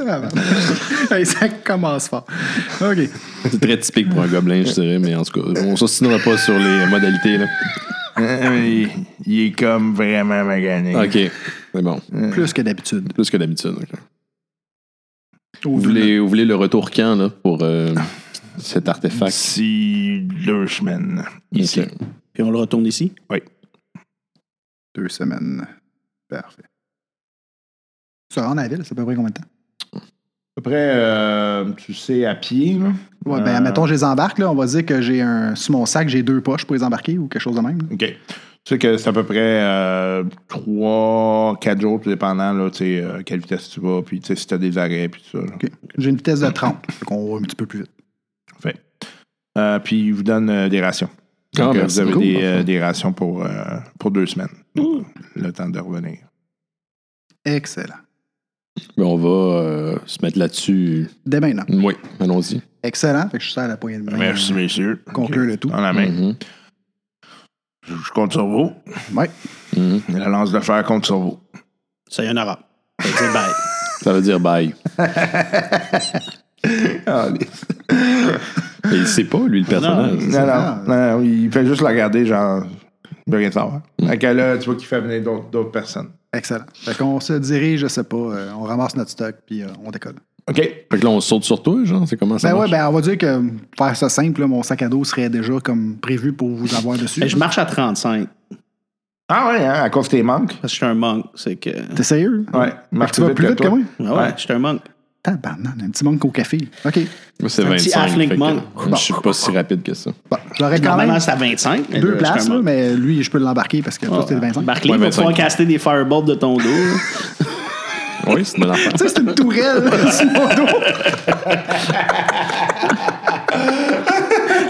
Ah. Hey, ça commence fort. OK. C'est très typique pour un gobelin, je dirais, mais en tout cas, on s'ostinera pas sur les modalités. Là. Euh, il, il est comme vraiment magané. OK, c'est bon. Plus que d'habitude. Plus que d'habitude. ok. Au Vous vu de- voulez, vous voulez le retour quand là, pour euh, cet artefact? D'ici deux semaines. Ici. Ok. Puis on le retourne ici. Deux semaines. Parfait. Se rendre à la ville, ça peut près combien de temps? À peu près, euh, tu sais, à pied. Là. Ouais, ben, Euh. mettons, je les embarque, là. On va dire que j'ai un. Sur mon sac, j'ai deux poches pour les embarquer ou quelque chose de même. là. OK. Tu sais que c'est à peu près euh, trois, quatre jours, tout dépendant, là, tu sais, euh, quelle vitesse tu vas, puis tu sais, si t'as des arrêts, puis tout ça. là. OK. J'ai une vitesse de 30. donc on va un petit peu plus vite. Fait. Euh, puis il vous donne euh, des rations. Donc, Ah, euh, merci vous avez beaucoup. des, euh, des rations pour, euh, pour deux semaines. Donc, le temps de revenir. Excellent. Ben, on va euh, se mettre là-dessus. Dès maintenant. Oui, allons-y. Excellent. Fait que je sers la poignée de main. Merci, Ah. euh, messieurs. Conclure le tout. Dans la main. Mhm, Je- Je compte sur vous. Ouais. mhm. La lance de fer compte sur vous. Ça y est, un arabe. Fait que ben, c'est bye. Ça veut dire bye. Et il sait pas, lui, le personnage. Non. Non, non, non, non, il fait juste la regarder, genre, il veut rien savoir. Hmm. Fait que là, tu vois qu'il fait venir d'autres d'autres personnes. Excellent. Fait qu'on se dirige, je sais pas, euh, on ramasse notre stock puis euh, on décolle. OK. Fait que là, on saute sur toi, genre, c'est comment ça Ben ouais, marche? ben on va dire que pour faire ça simple, là, mon sac à dos serait déjà comme prévu pour vous avoir dessus. Mais je marche à 35. Ah ouais, hein, à cause de tes manques. Parce que j'étais un monk. C'est que. T'es sérieux? là? Ouais, Fait que tu vas plus vite que moi? Ah ouais, j'étais un monk. Tabarnak, un petit manque au café. OK. Moi, c'est ben, Un petit 25. halfling fait que monk. Je suis pas si rapide que ça. Bon, j'aurais quand Normalement, même c'est à 25. mais Ah. deux là, j'étais un places, là, monk. mais lui, je peux l'embarquer parce que toi, c'était le 25. Barclay, Ouais, il va 25. pouvoir caster des fireballs de ton dos. là. Oui, c'est une bonne affaire. Tu sais, c'est une tourelle sur mon dos.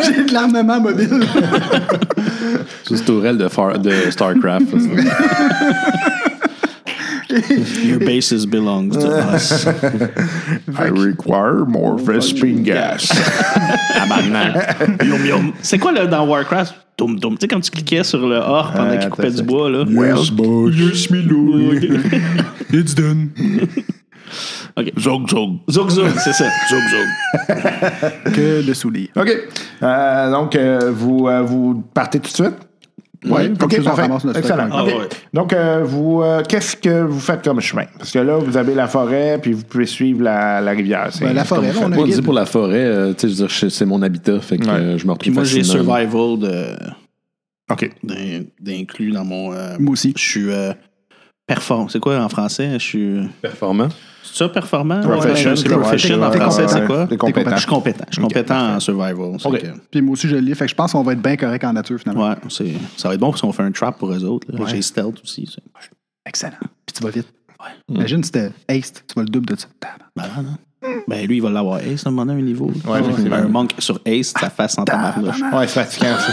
J'ai de l'armement mobile. C'est une tourelle de, Far- de StarCraft. là, c'est- Your bases belongs to us. I require Oh, more Vespin gas. Tabarnak. Yum, yum. C'est quoi là dans Warcraft? Dum dum. Tu sais quand tu cliquais sur le or pendant qu'il coupait du bois là. Yes, boy. Yes, me lord. It's done. Zog, zog. Zouk zouk, c'est ça. Zouk zouk. Que de souliers. OK. Euh, donc, euh, vous, euh, vous partez tout de suite? Ouais, comme OK, ça, on parfait. ramasse notre Excellent. stock. OK. Ah ouais. Donc, euh, vous, euh, qu'est-ce que vous faites comme chemin? Parce que là, vous avez la forêt, puis vous pouvez suivre la, la rivière. C'est- Ben, la c'est comme forêt, vous faites. là, on a Moi, on guide. dit pour la forêt, euh, tu sais, je veux dire, je- c'est mon habitat, fait que Ouais. euh, je me retrouve Puis moi j'ai facilement. survival de OK. d'in- d'inclus dans mon. euh, Moi aussi. je suis euh, perform. C'est quoi en français? Je suis. performant. C'est ça performant? Profession, Ouais, c'est c'est profession quoi, en ouais, français, ouais, c'est quoi? t'es compétent. Je suis compétent. Je suis compétent en survival. c'est Ok. que- Puis moi aussi, je l'ai. Fait que je pense qu'on va être bien correct en nature, finalement. Ouais, c'est- ça va être bon parce qu'on fait un trap pour eux autres. là. J'ai stealth aussi. c'est- Excellent. Puis tu vas vite. Mm. Imagine si c'était haste, tu vas le double de ça. Tabarnak. Malade, hein? Ben lui, il va l'avoir Ace à un moment donné, un niveau. effectivement. Un monk sur Ace, ça face en Ah, tabarnouche. Ouais, c'est fatigant, ça.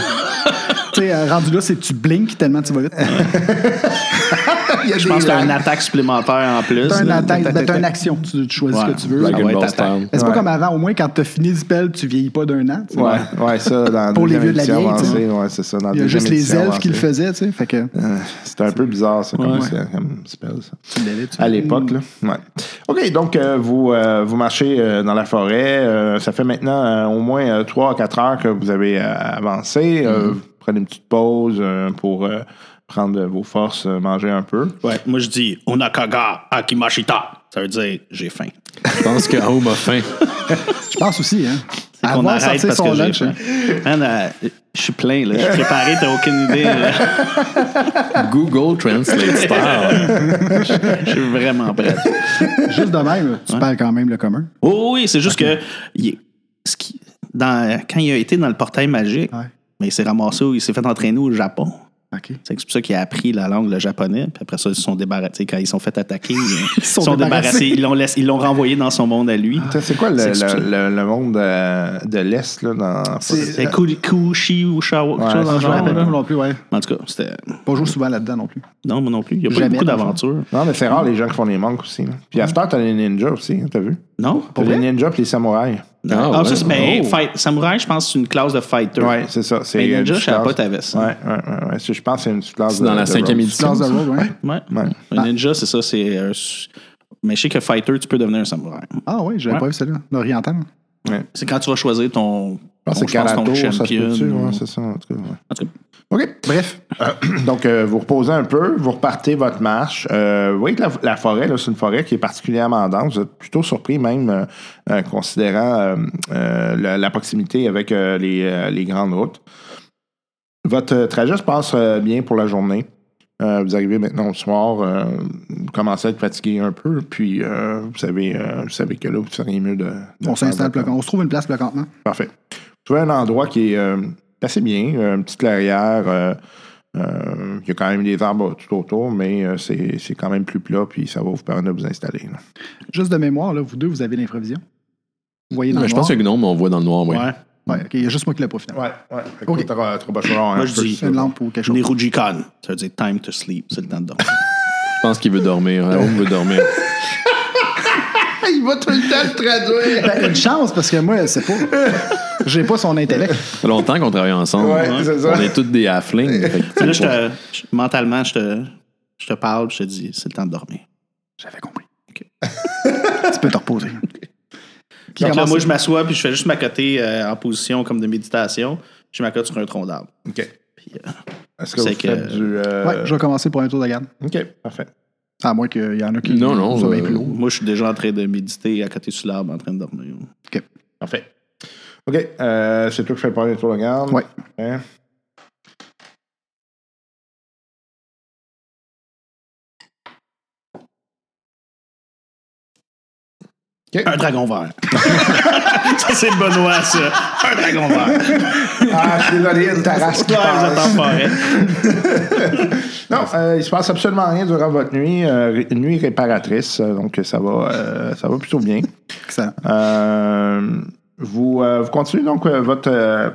Tu sais, euh, rendu là, c'est tu blinks tellement tu vas vite. Je pense que t'as une attaque supplémentaire en plus. T'as un là. attaque, ben, t'as une action, tu, tu choisis Ouais. ce que tu veux. Blague. Dragon Ah ouais, Ball t'as- Style. Mais C'est Ouais. pas comme avant, au moins quand t'as fini le spell, tu vieillis pas d'un an. tu sais. Ouais, ouais, ça, dans la Pour les deuxième vieux de la édition vieille, tu sais. avancée, ouais, c'est ça. dans la Il y a deuxième juste les édition elfes qui le avancée. faisaient, tu sais. Fait que Euh, C'était un peu bizarre, ça, comme, Ouais. c'est- comme spell, ça. tu l'avais, tu À l'époque, là. Ouais. OK, donc euh, vous, euh, vous marchez euh, dans la forêt. Euh, ça fait maintenant euh, au moins 3 à 4 heures que vous avez euh, avancé. Mm-hmm. Euh, vous prenez une petite pause euh, pour euh, prendre euh, vos forces, euh, manger un peu. Ouais, moi je dis Onakaga Akimashita. Ça veut dire j'ai faim. Je pense que Home a faim. Je pense aussi, hein. C'est qu'on Avoir arrête sorti parce son que j'ai lunch, faim. hein. Man, euh, je suis plein, là. Je suis préparé, t'as aucune idée. là. Google Translate Style. Je suis vraiment prêt. Juste de même, tu perds quand même le commun. Oh oui, c'est juste que il est- ce qui- dans- quand il a été dans le portail magique, Ouais. mais il s'est ramassé, au- il s'est fait entraîner au Japon. OK. C'est que c'est pour ça qu'il a appris la langue, le japonais. Puis après ça, ils se sont débarrassés. Quand ils se sont fait attaquer, ils se sont sont débarrassés. débarrassés. Ils l'ont laissé- Ils l'ont renvoyé dans son monde à lui. Ça, C'est quoi le, C'est ça. le- le- le monde euh, de l'Est, là, dans... C'est Ku- Kushi ou Shawa, quelque Ouais, chose dans le je Je me genre. là. rappelle plus Ah, ben, non plus, ouais. En tout cas, c'était. Pas jouer souvent là-dedans non plus. Non, moi non plus. Il n'y a pas eu Jamais, beaucoup dans le fond. d'aventures. Non, mais c'est rare les gens qui font les manques aussi. là. Puis à cette heure, t'as les ninjas aussi, hein, t'as vu? Non? T'as les ninjas puis les samouraïs. Ah, Ah, ça, ouais. c'est- ben, Oh. fight- Samouraï, je pense, c'est une classe de fighter. Ouais, c'est ça. c'est Mais euh, ninja, une je savais pas classe. t'avais ça. Ouais, ouais, ouais, ouais. Je pense que c'est une classe C'est dans de- la de cinquième rogue. édition. Class ça. of Rogue, ouais. Ouais. Ouais. Ah. Un ninja, c'est ça, c'est. un s- Mais je sais que fighter, tu peux devenir un samouraï. Ah oui, j'avais Ouais. pas vu celle-là. L'oriental. C'est quand tu vas choisir ton. Ah, ton- c'est je pense, ton Karato, ça se champion, peut-tu? ou- Ouais, c'est ça, en tout cas. ouais. En tout cas, OK, bref. Donc, euh, vous reposez un peu, vous repartez votre marche. Euh, vous voyez que la, la forêt, là, c'est une forêt qui est particulièrement dense. Vous êtes plutôt surpris, même euh, euh, considérant euh, euh, la, la proximité avec euh, les, euh, les grandes routes. Votre euh, trajet se passe euh, bien pour la journée. Euh, vous arrivez maintenant au soir, euh, vous commencez à être fatigué un peu, puis euh, vous, savez, euh, vous savez que là, vous seriez mieux de. de On faire s'installe votre- pour le camp. On se trouve une place pour le campement. Parfait. Tu vois un endroit qui est euh, assez bien, euh, une petite clairière. euh, euh, il y a quand même des arbres tout autour, mais euh, c'est c'est quand même plus plat, puis ça va vous permettre de vous installer. là. Juste de mémoire, là, vous deux, vous avez l'improvision. Vous voyez dans Mais le Ben, je pense que noir. Gnome, on voit dans le noir, oui. ouais. Ouais, OK, il y a juste moi qui l'ai pas finalement. Ouais, ouais. Ok. Fait que t'auras- t'auras pas le choix hein. d'avoir un Moi, je peu dis- ça. Une lampe ou quelque chose. Nirujikan. Ça veut dire time to sleep. C'est le temps de dormir. Je pense qu'il veut dormir. hein. Home veut dormir. Il va tout le temps le traduire! Ben, une chance, parce que moi, c'est pas. J'ai pas son intellect. Ça fait longtemps qu'on travaille ensemble. Ouais, hein. c'est ça. On est tous des halflings. fait que, tu sais, là, je pour- te, je- mentalement, je te, je te parle, je te dis, c'est le temps de dormir. J'avais compris. tu peux te reposer. Qui Donc là, commence- moi, je m'assois puis je fais juste m'accoter euh, en position comme de méditation. Je m'accote sur un tronc d'arbre. OK. Puis, euh, Est-ce que vous C'est faites que- du... euh, Ouais, je vais commencer pour un tour de garde. OK, parfait. À moins qu'il y en a qui. Non, non, sont euh, bien plus haut. moi, je suis déjà en train de méditer à côté sur l'arbre en train de dormir. Parfait. OK, euh, c'est Hein? toi qui fais le premier tour de garde. Ouais. Hein? Un dragon vert. ça, c'est Benoît, ça. Un dragon vert. Ah, je suis désolé, une Ouais, tarasque. qui vous êtes passe. en forêt. Non, euh, il se passe absolument rien durant votre nuit, euh, ré- nuit réparatrice, euh, donc ça va, euh, ça va plutôt bien. Excellent. Euh, vous, euh, vous continuez donc euh, votre, euh,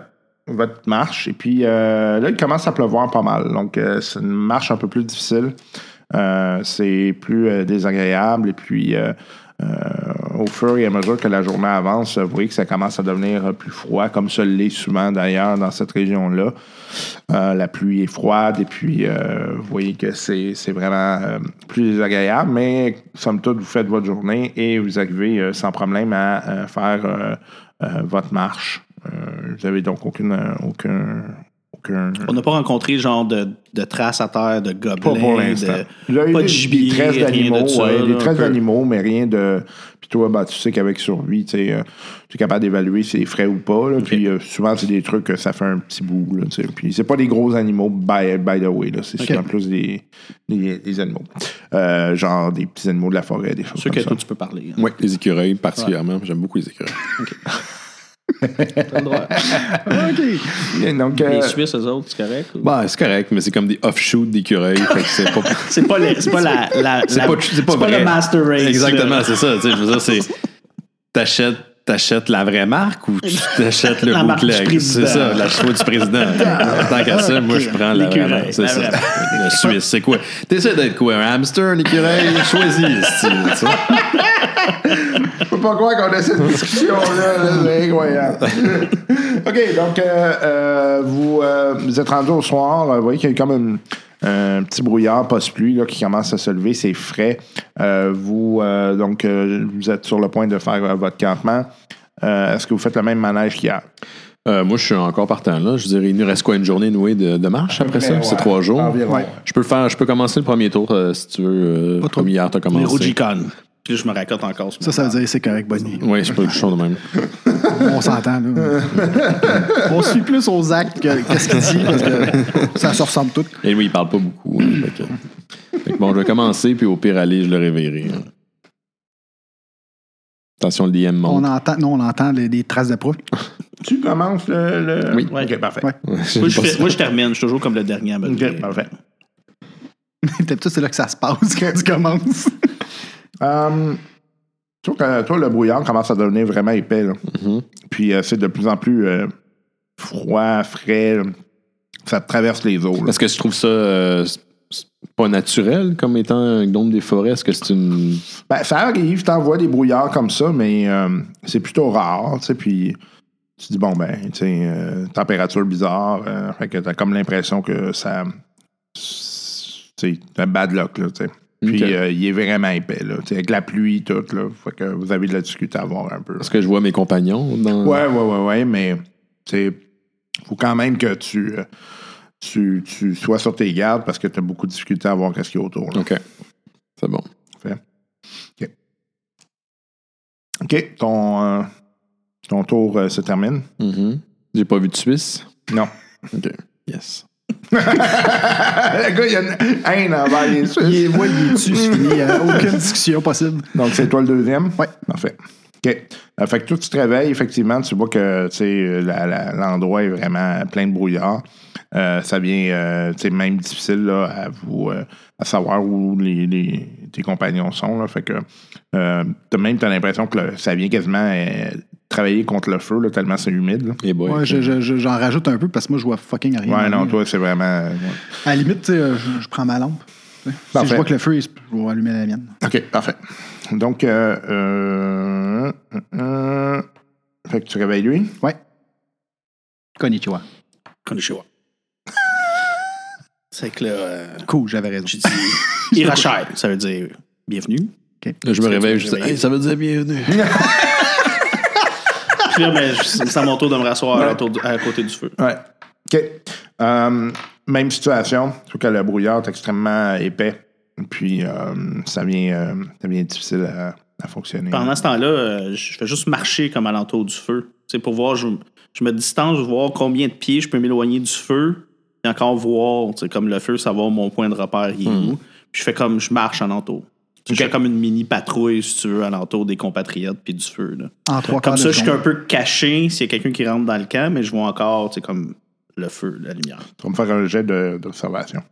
votre marche, et puis euh, là, il commence à pleuvoir pas mal, donc euh, c'est une marche un peu plus difficile. Euh, c'est plus euh, désagréable, et puis euh, euh, au fur et à mesure que la journée avance, vous voyez que ça commence à devenir euh, plus froid, comme ça l'est souvent d'ailleurs dans cette région-là. Euh, la pluie est froide et puis euh, vous voyez que c'est c'est vraiment euh, plus désagréable, mais somme toute, vous faites votre journée et vous arrivez euh, sans problème à euh, faire euh, euh, votre marche. Euh, vous avez donc aucune, euh, aucun, aucun On n'a pas rencontré genre de, de traces à terre, de pas gobelins. pour l'instant. de- Là, il y a pas de des- gibier, des traces rien d'animaux, de ça, ouais, des là, traces un peu. d'animaux, mais rien de. Puis toi, ben, tu sais qu'avec survie, tu sais, euh, tu es capable d'évaluer si c'est frais ou pas. là. Puis euh, souvent, c'est des trucs que ça fait un petit bout. Là, tu sais. Puis c'est pas des gros animaux, by, by the way. là. C'est souvent plus des, des, des animaux. Euh, genre des petits animaux de la forêt, des choses Ceux que comme ça. toi, tu peux parler. hein. Oui, les écureuils particulièrement. J'aime beaucoup les écureuils. T'as le droit. Euh, Et Donc, euh, Les Suisses, eux autres, c'est correct? ou- Bah, c'est correct, mais c'est comme des offshoots d'écureuils. fait que c'est pas. C'est pas, les- c'est pas la, la- C'est la- pas, c'est pas vrai. le master race. Exactement, là. c'est ça. tu sais, Je veux dire, c'est. T'achètes, t'achètes la vraie marque ou tu t'achètes le La marque du bootleg? président. C'est ça, la choix du président. Tant qu'à ça, moi, je prends la vraie L'écureuil, marque. C'est la ça. vraie Le Suisse, c'est quoi? T'essaies d'être quoi? Un hamster, un écureuil? Choisis, style, tu vois. Je peux pas croire qu'on a cette discussion-là. là, c'est incroyable. OK, donc, euh, euh, vous, euh, vous êtes rendu au soir. euh, Vous voyez qu'il y a comme une- un petit brouillard post-pluie là, qui commence à se lever. C'est frais. Euh, vous, euh, donc, euh, vous êtes sur le point de faire euh, votre campement. Euh, Est-ce que vous faites le même manège qu'hier? Euh, moi, je suis encore partant là. Je dirais, il nous reste quoi une journée nouée de, de marche après Ah, ça? Ouais, C'est trois jours. environ, ouais. Je peux faire, je peux commencer le premier tour euh, si tu veux. Euh, Pas trop. comme hier, t'as Les commencé. Rogicon. Puis là, je me raconte encore. ce Ça, ça veut dire c'est correct, bonne nuit. Oui, je peux le chaud de même. On s'entend, là. On suit plus aux actes que qu'est-ce qu'il dit, parce que ça se ressemble tout. Et lui, il parle pas beaucoup. hein, fait que- fait que bon, je vais commencer, puis au pire aller, je le réveillerai. hein. Attention, le DM On monte. entend, non, on entend les, les traces de proue. Tu commences le. le- Oui. OK, parfait. Ouais. J'ai Moi je, pas fais- ça. moi, je termine. Je suis toujours comme le dernier à me lever. OK, parfait. D'habitude, c'est là que ça se passe quand tu commences. Euh, tu vois que, euh, toi, le brouillard commence à devenir vraiment épais. là. Mhm. Puis euh, c'est de plus en plus euh, froid, frais. là. Ça traverse les eaux. là. Est-ce que tu trouves ça euh, c'est- c'est pas naturel comme étant un gnome des forêts? Est-ce que c'est une. Ben, ça arrive, t'envoies des brouillards comme ça, mais euh, c'est plutôt rare. tu sais, Puis tu dis, bon, ben, tu sais, euh, température bizarre. euh, fait que t'as comme l'impression que ça. C'est un bad luck. Là, tu sais. Puis Ok. euh, il est vraiment épais. Là, tu sais, avec la pluie, tout. Là, fait que vous avez de la difficulté à voir un peu. là. Est-ce que je vois mes compagnons dans. Ouais, ouais, ouais, ouais, mais c'est faut quand même que tu, euh, tu, tu sois sur tes gardes parce que tu as beaucoup de difficultés à voir qu'est-ce qu'il y a autour. là. Ok. C'est bon. OK, ton, euh, ton tour euh, se termine. Mhm. J'ai pas vu de Suisse. Non. Ok. Yes. Le gars, il y a une haine envers les Suisses. Il est voit, il est dessus, c'est fini. euh, aucune discussion possible. Donc, c'est toi le deuxième? Ouais. Parfait. OK. Euh, fait que toi, tu te réveilles, effectivement, tu vois que tu sais, euh, la- la- l'endroit est vraiment plein de brouillard. Euh, ça vient euh, tu sais, même difficile là, à vous euh, à savoir où les, les- tes compagnons sont. Là. Fait que euh, t'as même t'as l'impression que le- ça vient quasiment euh, travailler contre le feu là, tellement c'est humide. là. Et boy. Ouais, je- je- je- j'en rajoute un peu parce que moi, je vois fucking rien. Ouais, non, toi, c'est vraiment. ouais. À la limite, tu sais, euh, je, je prends ma lampe. tu sais. Si Parfait. je vois que le feu, il se- je vais allumer la mienne. OK, parfait. Donc euh, euh, euh, euh, Fait que tu réveilles lui. Ouais. Konnichiwa. Konnichiwa. C'est que là, euh, Cool, j'avais raison. j'ai dit Hirachai, ça veut dire bienvenue. Je me réveille, me je dis, réveille. Hey, ça veut dire bienvenue. Puis là, ben, je- c'est à mon tour de me rasseoir autour du- à côté du feu. Ouais. OK. Euh, même situation, surtout que le brouillard est extrêmement épais. Puis euh, ça, vient, euh, ça vient difficile à, à fonctionner. Pendant ce temps-là, euh, je fais juste marcher comme alentour du feu. C'est pour voir, je, je me distance, voir combien de pieds je peux m'éloigner du feu. Et Hmm. encore voir, tu sais, comme le feu, savoir mon point de repère, il est où. Puis je fais comme, je marche alentour. Tu fais comme une mini patrouille, si tu veux, alentour des compatriotes puis du feu. Là. En trois quarts Comme ça, de je suis un seconde. peu caché s'il y a quelqu'un qui rentre dans le camp, mais je vois encore, tu sais, comme le feu, la lumière. Tu vas me faire un jet de- d'observation.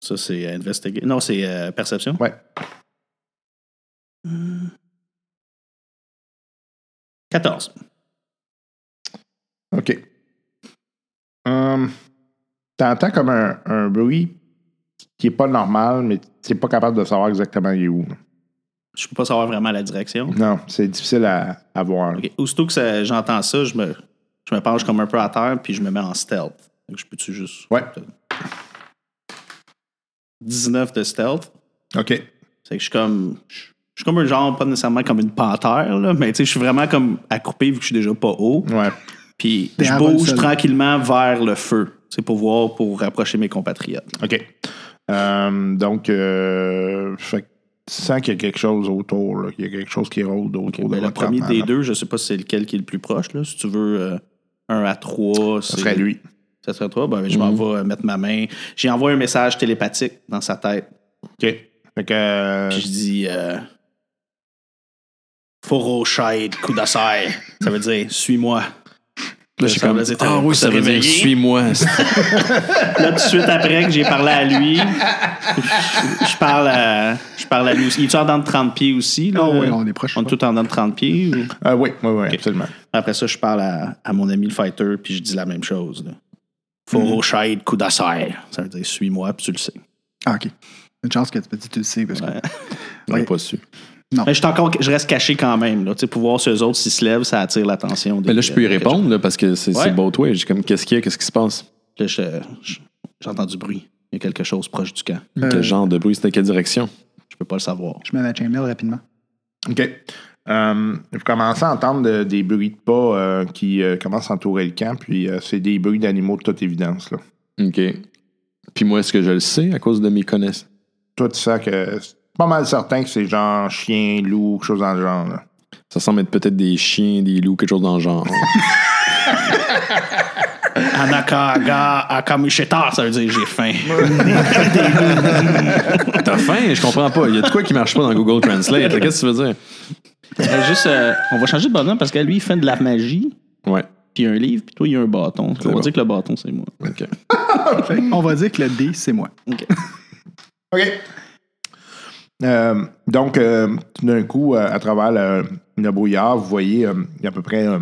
Ça, c'est euh, investiga- Non, c'est euh, perception. Ouais. 14. OK. Hum, T'entends comme un, un bruit qui est pas normal, mais tu n'es pas capable de savoir exactement il est où. Je peux pas savoir vraiment la direction. Non, c'est difficile à, à voir. OK. Aussitôt que ça- j'entends ça, je me, je me penche comme un peu à terre, puis je me mets en stealth. Donc, je peux-tu juste. Ouais. 19 de stealth. OK. C'est que je suis comme. Je je suis comme un genre, pas nécessairement comme une panthère, là, mais tu sais, je suis vraiment comme accroupé vu que je suis déjà pas haut. Ouais. Puis T'es je en bonne bouge selle. tranquillement vers le feu. C'est pour voir, pour rapprocher mes compatriotes. OK. Euh, donc, euh, fait que tu sens qu'il y a quelque chose autour, là, qu'il y a quelque chose qui rôde autour de Ben, le votre premier campagne, des là. deux, je sais pas si c'est lequel qui est le plus proche. Là. Si tu veux euh, un à trois, Ce c'est- serait lui. Ça serait toi. Ben, je m'en Mhm. vais euh, mettre ma main. J'ai envoyé un message télépathique dans sa tête. OK. Fait que. euh, Puis je dis euh, Furoshide Kudasai. Ça veut dire suis-moi. Là, je suis Ça comme. semble être Ah un- oui, ça se veut dire réveiller. suis-moi. Là, tout de suite après que j'ai parlé à lui, je, je parle à, je parle à lui aussi. Il est en dedans de 30 pieds aussi. Là? Ah oui, on est proche. On est tout en dedans de 30 pieds. ou- euh, oui, oui, oui, absolument. Après ça, je parle à, à mon ami le fighter, puis je dis la même chose. là. Furoshide Kudasai. Ça veut dire suis-moi, puis tu le sais. Ah, OK. Une chance que tu peux dire, tu le sais. Parce que... Ouais. On Ouais. l'a pas su. Mais je, suis encore, je reste caché quand même. Là, Tu sais, pour voir si eux autres s'ils se lèvent, ça attire l'attention. des- Mais là, je peux y des- répondre là, parce que c'est Ouais. c'est both way. J'ai comme, qu'est-ce qu'il y a, qu'est-ce qui se passe? Là, je- je- j'entends du bruit. Il y a quelque chose proche du camp. Euh, Quel genre de bruit? C'était quelle direction? Je peux pas le savoir. Je mets ma chainmail rapidement. OK. Euh, vous commencez à entendre de- des bruits de pas euh, qui euh, commencent à entourer le camp, puis euh, c'est des bruits d'animaux de toute évidence. Là. OK. Puis moi, est-ce que je le sais à cause de mes connaissances? Toi, tu sens que c'est pas mal certain que c'est genre chien, loup, quelque chose dans le genre. Là. Ça semble être peut-être des chiens, des loups, quelque chose dans le genre. Anakaga Akamishita, ça veut dire j'ai faim. T'as faim? Je comprends pas. Il y a de quoi qui marche pas dans Google Translate. là. Qu'est-ce que tu veux dire? Euh, juste, euh, on va changer de bonhomme parce que lui, il fait de la magie, Ouais. puis il y a un livre, puis toi, il y a un bâton. On va bon. dire que le bâton, c'est moi. OK. On va dire que le D, c'est moi. OK. Euh, donc, euh, tout d'un coup, euh, à travers le, le brouillard, vous voyez euh, il y a à peu près euh,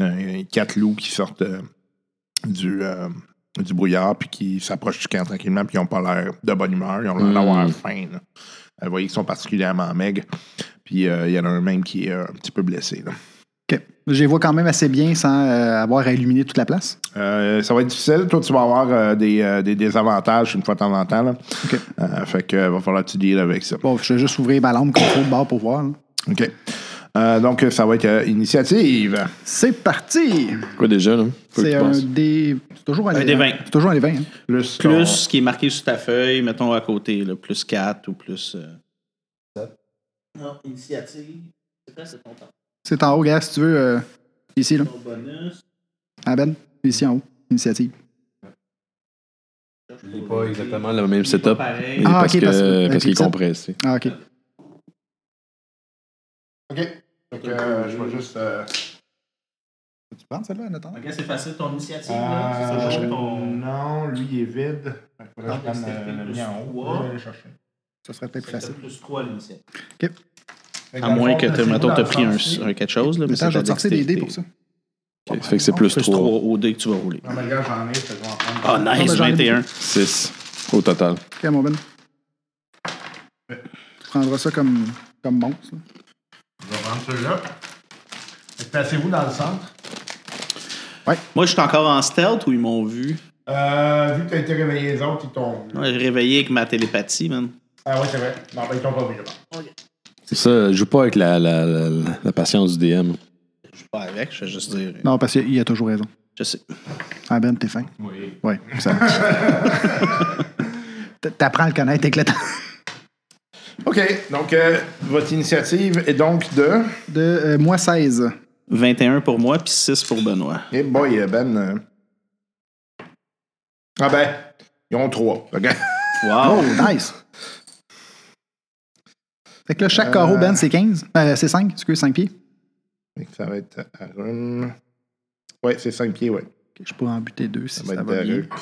euh, quatre loups qui sortent euh, du, euh, du brouillard, puis qui s'approchent du camp tranquillement, puis ils n'ont pas l'air de bonne humeur, ils ont l'air d'avoir Mm. faim. là. Euh, Vous voyez qu'ils sont particulièrement maigres, puis euh, il y en a un même qui est euh, un petit peu blessé. là. OK. Je les vois quand même assez bien sans euh, avoir à illuminer toute la place. Euh, ça va être difficile. Toi, tu vas avoir euh, des, euh, des désavantages une fois de temps en temps. là. OK. Euh, fait que euh, va falloir que tu deal avec ça. Bon, je vais juste ouvrir ma lampe contre le bord pour voir. là. OK. Euh, donc, ça va être euh, initiative. C'est parti! Quoi déjà, là? Faut que C'est tu un penses. D. C'est toujours un, Un D D20. C'est toujours un des 20. hein. Plus. Plus ce qui est marqué sur ta feuille, mettons à côté, là, plus 4 ou plus. euh, Non, initiative. C'est quoi, c'est ton temps? C'est en haut, gars, si tu veux. euh, ici, là. Ton bonus. Ah ben, ici en haut. Initiative. C'est pas exactement le même setup. Pareil. Et Ah, parce ok, parce que- que- parce qu'il est ok, ça. compressé. Ah, OK. OK. Donc, euh, je vais juste. euh, Tu penses celle-là en attendant? Ok, c'est facile, ton initiative. Ah, euh, là, c'est toujours ton... Non, lui, il est vide. Fait que faudrait que je prenne, Tant que c'était euh, le plus mien en haut. trois. Je vais aller chercher. Ça serait peut-être plus Fait que t'as facile. plus 3 l'initiative. Fait À moins que, dans le fond, tu mettons, dans t'as le pris un, sens- un quelque chose, là, mais Attends, c'est je vais te ta sortir des dextérité. dés pour ça. Ok, Fait que c'est plus Plus 3. 3 au dé que tu vas rouler. Non, mais le gars, j'en ai, fait que je vais en prendre. Ah, nice, j'en ai 21. 6 au total. OK, mon ben. Tu prendras ça comme, comme monstre. là. Je vais prendre celui-là. Fait que Placez-vous dans le centre. Moi, je suis encore en stealth ou ils m'ont vu? Euh, vu que t'as été réveillé les autres, ils tombent. Non, J'ai réveillé avec ma télépathie, man. Ah, ouais, c'est vrai. Non, ben, ils tombent pas vus, là. Ça, joue pas avec la, la, la, la patience du DM. Je suis pas avec, je vais juste dire. Non, parce qu'il y a toujours raison. Je sais. Ah ben, t'es fin. Oui. Oui, ça. T- T'apprends à le connaître avec le temps. OK. Donc, euh, votre initiative est donc de. De euh, moi 16. 21 pour moi, puis 6 pour Benoît. Eh boy, euh, Ben. euh. Ah ben, ils ont trois. OK. Oh, Wow! Nice! Fait que là, chaque carreau, Ben, c'est 15. Euh, c'est 5, excusez, 5 pieds. Fait que ça va être Aaron. Ouais, c'est 5 pieds, ouais. Ok, Je pourrais en buter deux si Ça ça, va être va bien. Daruk.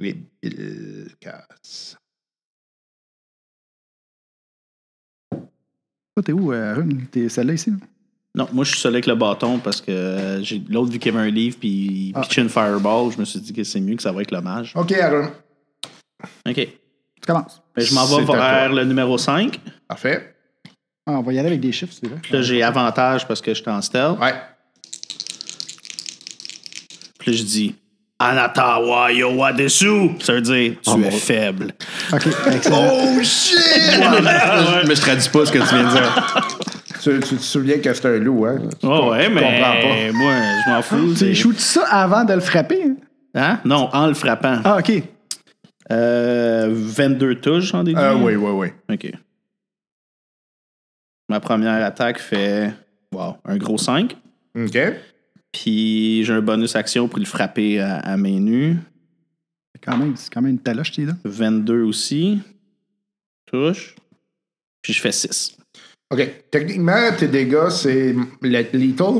Les Bilkas. Toi, t'es où, euh, Arun? T'es celle-là ici? là? Non, moi, je suis seul avec le bâton parce que euh, j'ai l'autre vu qu'il y avait un livre puis il Ah. pitchait une fireball. Je me suis dit que c'est mieux que ça va être le mage. OK, Aaron. OK. Tu commences. Mais je m'en vais C'est à vers le numéro 5. Parfait. Ah, on va y aller avec des chiffres, c'est vrai. Puis là, j'ai avantage parce que je suis en stealth. Ouais. Puis là, je dis Anatawa Yowa Desu. Ça veut dire tu es faible. OK, excellent. Oh shit! mais je traduis pas ce que tu viens de dire. Tu, tu te souviens que c'est un loup, hein? Oh, ouais, mais comprends moi, je m'en fous. tu c'est- shootes ça avant de le frapper? hein? Hein? Non, en le frappant. Ah, OK. Euh, 22 touches en début. Euh, Ah, oui, oui, oui. OK. Ma première attaque fait wow, un gros 5. OK. Puis j'ai un bonus action pour le frapper à, à main nue. Quand même, c'est quand même une taloche, t'es là. 22 aussi. Touche. Puis je fais 6. OK. Techniquement, tes dégâts, c'est le- lethal.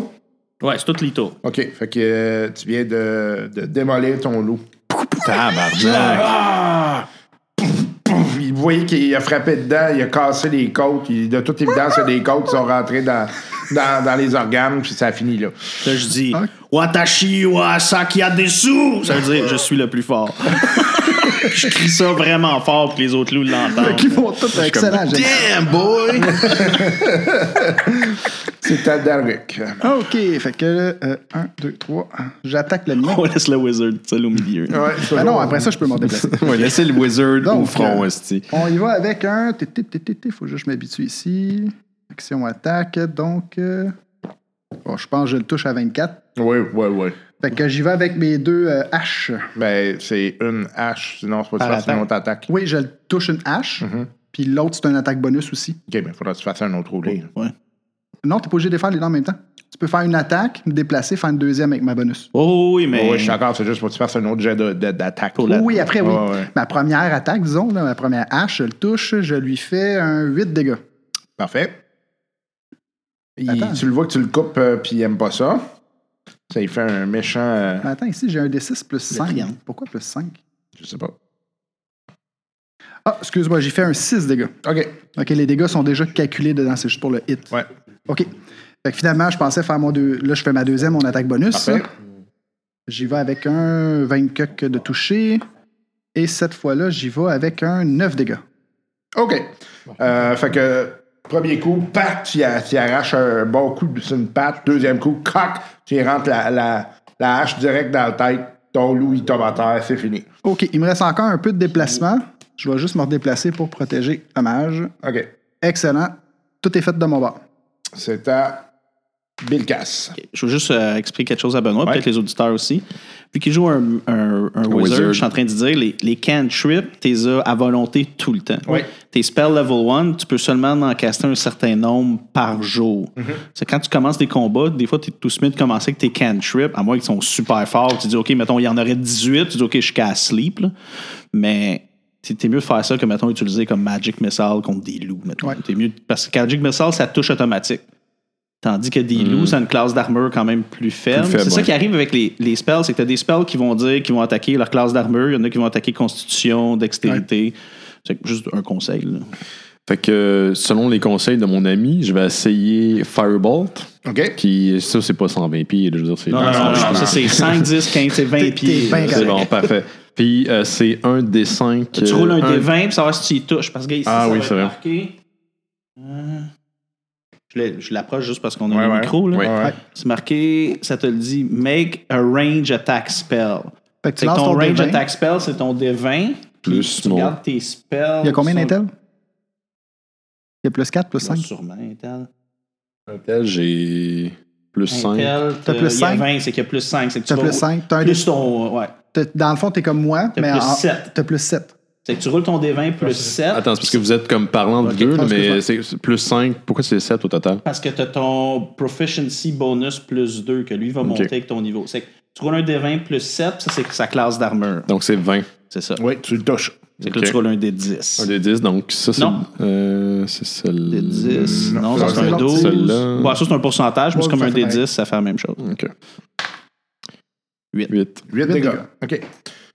Ouais, c'est tout l'ito. OK. Fait que euh, tu viens de, de démolir ton loup. Tabarnak! Ah! Pouf, pouf. Il- Vous voyez qu'il a frappé dedans, il a cassé les côtes. Il- de toute évidence, il y a des côtes qui sont rentrées dans, dans, dans les organes, puis ça a fini là. Là, je dis Watashi wa Sakia Desu. Ça veut dire je suis le plus fort. je crie ça vraiment fort pour que les autres loups l'entendent. Qui vont tout excellent. j'aime ça. Damn boy! C'est à Daruk. OK, fait que euh, 1, 2, 3, j'attaque le mien. On laisse le wizard seul au milieu. Ouais, c'est Ah non, toujours- après ça, je peux m'en déplacer. ouais, laissez le wizard Donc, au front, euh, esti. On y va avec un. tit, tit, tit, tit, tit, Faut juste que je m'habitue ici. Action attaque. Donc, euh, bon, je pense que je le touche à 24. Oui, oui, oui. Fait que j'y vais avec mes deux euh, haches. Ben, c'est une hache, sinon c'est pas Par tu fasses une attaque. autre attaque. Oui, je le touche une hache. Puis l'autre, c'est une attaque bonus aussi. OK, mais il faudra que tu fasses un autre roulé. Ouais. Non, t'es pas obligé de les faire les deux en même temps. Tu peux faire une attaque, me déplacer, faire une deuxième avec ma bonus. Oh oui, Oui, mais. je suis d'accord, c'est juste pour que tu fasses un autre jet de- de- d'attaque. Oui, oui, après, oui. Ouais, ouais. Ma première attaque, disons, là, ma première hache, je le touche, je lui fais un 8 dégâts. Parfait. Il- Attends. tu le vois que tu le coupes, euh, puis il aime pas ça. Ça, il fait un méchant. euh, Mais attends, ici, j'ai un D6 plus 5. triangle. Pourquoi plus 5? je sais pas. Ah, excuse-moi, j'ai fait un 6 dégâts. OK. OK, les dégâts sont déjà calculés dedans, c'est juste pour le hit. Ouais. OK. Fait que finalement, je pensais faire mon deux. Là, je fais ma deuxième, mon attaque bonus. Parfait. J'y vais avec un 24 de toucher. Et cette fois-là, j'y vais avec un 9 dégâts. OK. Euh, fait que, premier coup, pac, tu, y a- tu y arraches un bon coup sur une patte. Deuxième coup, coq, tu y rentres la, la- la hache direct dans la tête. Ton loup, il tombe à terre, c'est fini. OK, il me reste encore un peu de déplacement. Je vais juste me redéplacer pour protéger le mage. OK. Excellent. Tout est fait de mon bord. C'est à Bilkas. Je veux juste euh, expliquer quelque chose à Benoît, Ouais. peut-être les auditeurs aussi. Vu qu'il joue un, un- un wizard, wizard. je suis en train de dire, les, les cantrips, t'es à volonté tout le temps. Ouais. Tes spells level 1, tu peux seulement en caster un certain nombre par jour. C'est quand tu commences des combats, des fois, tu es tout smith de commencer avec tes cantrips, à moins qu'ils sont super forts. Tu dis, OK, mettons, il y en aurait 18, tu dis, OK, je suis qu'à sleep. là. Mais t'es t'es mieux de faire ça que, mettons, utiliser comme Magic Missile contre des loups. mettons. Ouais. T'es mieux, parce que Magic Missile, ça touche automatique. Tandis que des loups, ça a une classe d'armure quand même plus faible. Hmm. Plus faible, c'est ça ouais. qui arrive avec les, les spells, c'est que tu as des spells qui vont dire, qui vont attaquer leur classe d'armure, il y en a qui vont attaquer constitution, dextérité. C'est juste un conseil. là. Ah, Fait que selon les conseils de mon ami, je vais essayer Firebolt. OK. Qui, ça, c'est pas 120 pieds. Je veux dire, c'est Non, non, non, non, Ah, ça c'est 5, 10, 15, c'est 20 T'es- pieds. t'es ben C'est bon, parfait. Puis euh, c'est un des euh, 5. Tu roules un D20 pour savoir si tu y touches. Parce que ici, Ah ça oui, va c'est être vrai. marqué. Euh, je l'ai- Je l'approche juste parce qu'on a Ouais, le ouais. micro. là. Ouais. Ouais. C'est marqué, ça te le dit, make a range attack spell. Fait que tu Fait que lances ton, ton, range D20. attack spell, c'est ton D20. puis Plus tu mon- regardes tes spells. Il y a combien sont- d'intel? Il y a plus 4, plus Ouais, 5. Sûrement, Intel. J'ai plus 5. Intel, T'as t'as- plus il y a cinq. 20, c'est qu'il y a plus 5. C'est que tu T'as vas- plus 5. T'as un Plus ton. Ouais. T'as- Dans le fond, t'es comme moi, T'as mais plus en- sept. T'as plus 7. C'est que tu roules ton D20 plus 7. Attends, c'est parce que vous êtes comme parlant de deux, non, mais c'est c'est plus 5. Pourquoi c'est 7 au total? Parce que tu as ton proficiency bonus plus 2 que lui va monter avec ton niveau. C'est que tu roules un D20 plus 7, ça c'est sa classe d'armure. Donc c'est 20. C'est ça. Oui, tu le touches. C'est que Ok. là, tu roules un des Un 10. des 10, donc ça, c'est. Non. Euh, c'est celle. Des 10. Non, ça, c'est c'est un l'autre. 12. Celle-là. Ouais, ça, c'est un pourcentage, mais c'est Ouais, comme ça un fait Euh, des pareil. 10, ça fait la même chose. Ok. Huit. 8. 8 Huit dégâts. dégâts. OK.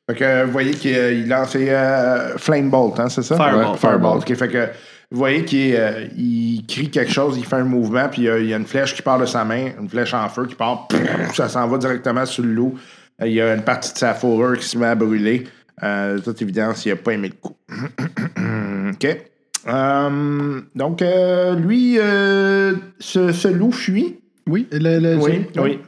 Fait que vous voyez qu'il euh, il lance euh, Flame Bolt, hein, c'est ça? Fireball. Ouais, Fireball. OK, fait que vous voyez qu'il euh, il crie quelque chose, il fait un mouvement, puis euh, il y a une flèche qui part de sa main, une flèche en feu qui part, prrr, ça s'en va directement sur le loup. Euh, Il y a une partie de sa fourrure qui se met à brûler. Euh, de toute évidence, il n'a pas aimé le coup. OK. Euh, donc, euh, lui, euh, ce, ce loup fuit. Oui, le- le- Oui, oui. oui.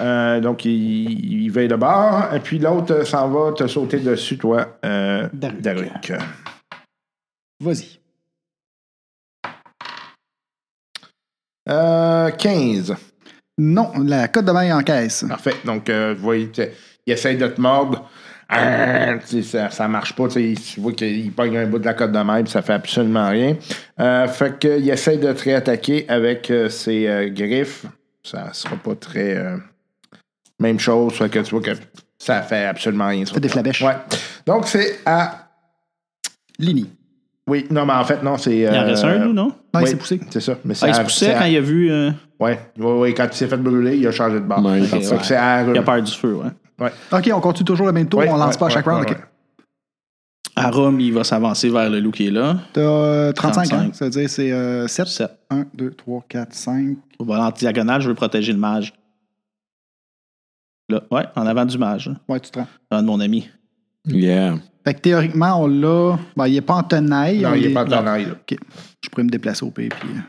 Euh, donc, il, il veille de bord, et puis l'autre euh, s'en va te sauter dessus, toi, euh, Daruk. Daruk. Vas-y. Euh, 15. Non, la cote de maille en caisse. Ah. Parfait. Donc, euh, vous voyez, tu sais, il essaye de te mordre. Ah, tu sais, ça, ça marche pas. Tu sais, il- tu vois qu'il pogne un bout de la côte de maille, puis ça fait absolument rien. Euh, fait qu'il essaye de te réattaquer avec euh, ses euh, griffes. Ça sera pas très. euh, même chose. Fait que tu vois que ça fait absolument rien. Ça fait des flabèches. Ouais. Donc, c'est à. Lini. Oui, non, mais en fait, non, c'est. Il en euh, reste un, nous, non? Non, oui, Ah, il s'est poussé. C'est ça. Mais Ah, il à- se poussait à- quand il a vu. euh, Ouais, ouais, ouais, quand il s'est fait brûler, il a changé de barre. Ouais, il est Fait parti. que c'est à. Il a peur du feu, ouais. OK, on continue toujours le même tour, Ouais, on lance ouais, pas à chaque ouais, round. ouais, OK. ouais. Arum, il va s'avancer vers le loup qui est là. T'as euh, 35, hein? 35. Ça veut dire c'est 7. Sept. 1, 2, 3, 4, 5. Au volant en diagonale, je veux protéger le mage. Là, ouais, en avant du mage. hein. Ouais, tu te rends. En avant de mon ami. Yeah. Fait que théoriquement, on l'a. Ben, il est pas en tenaille. Non, on il est pas en tenaille, là. OK. Je pourrais me déplacer au pays. Puis... euh,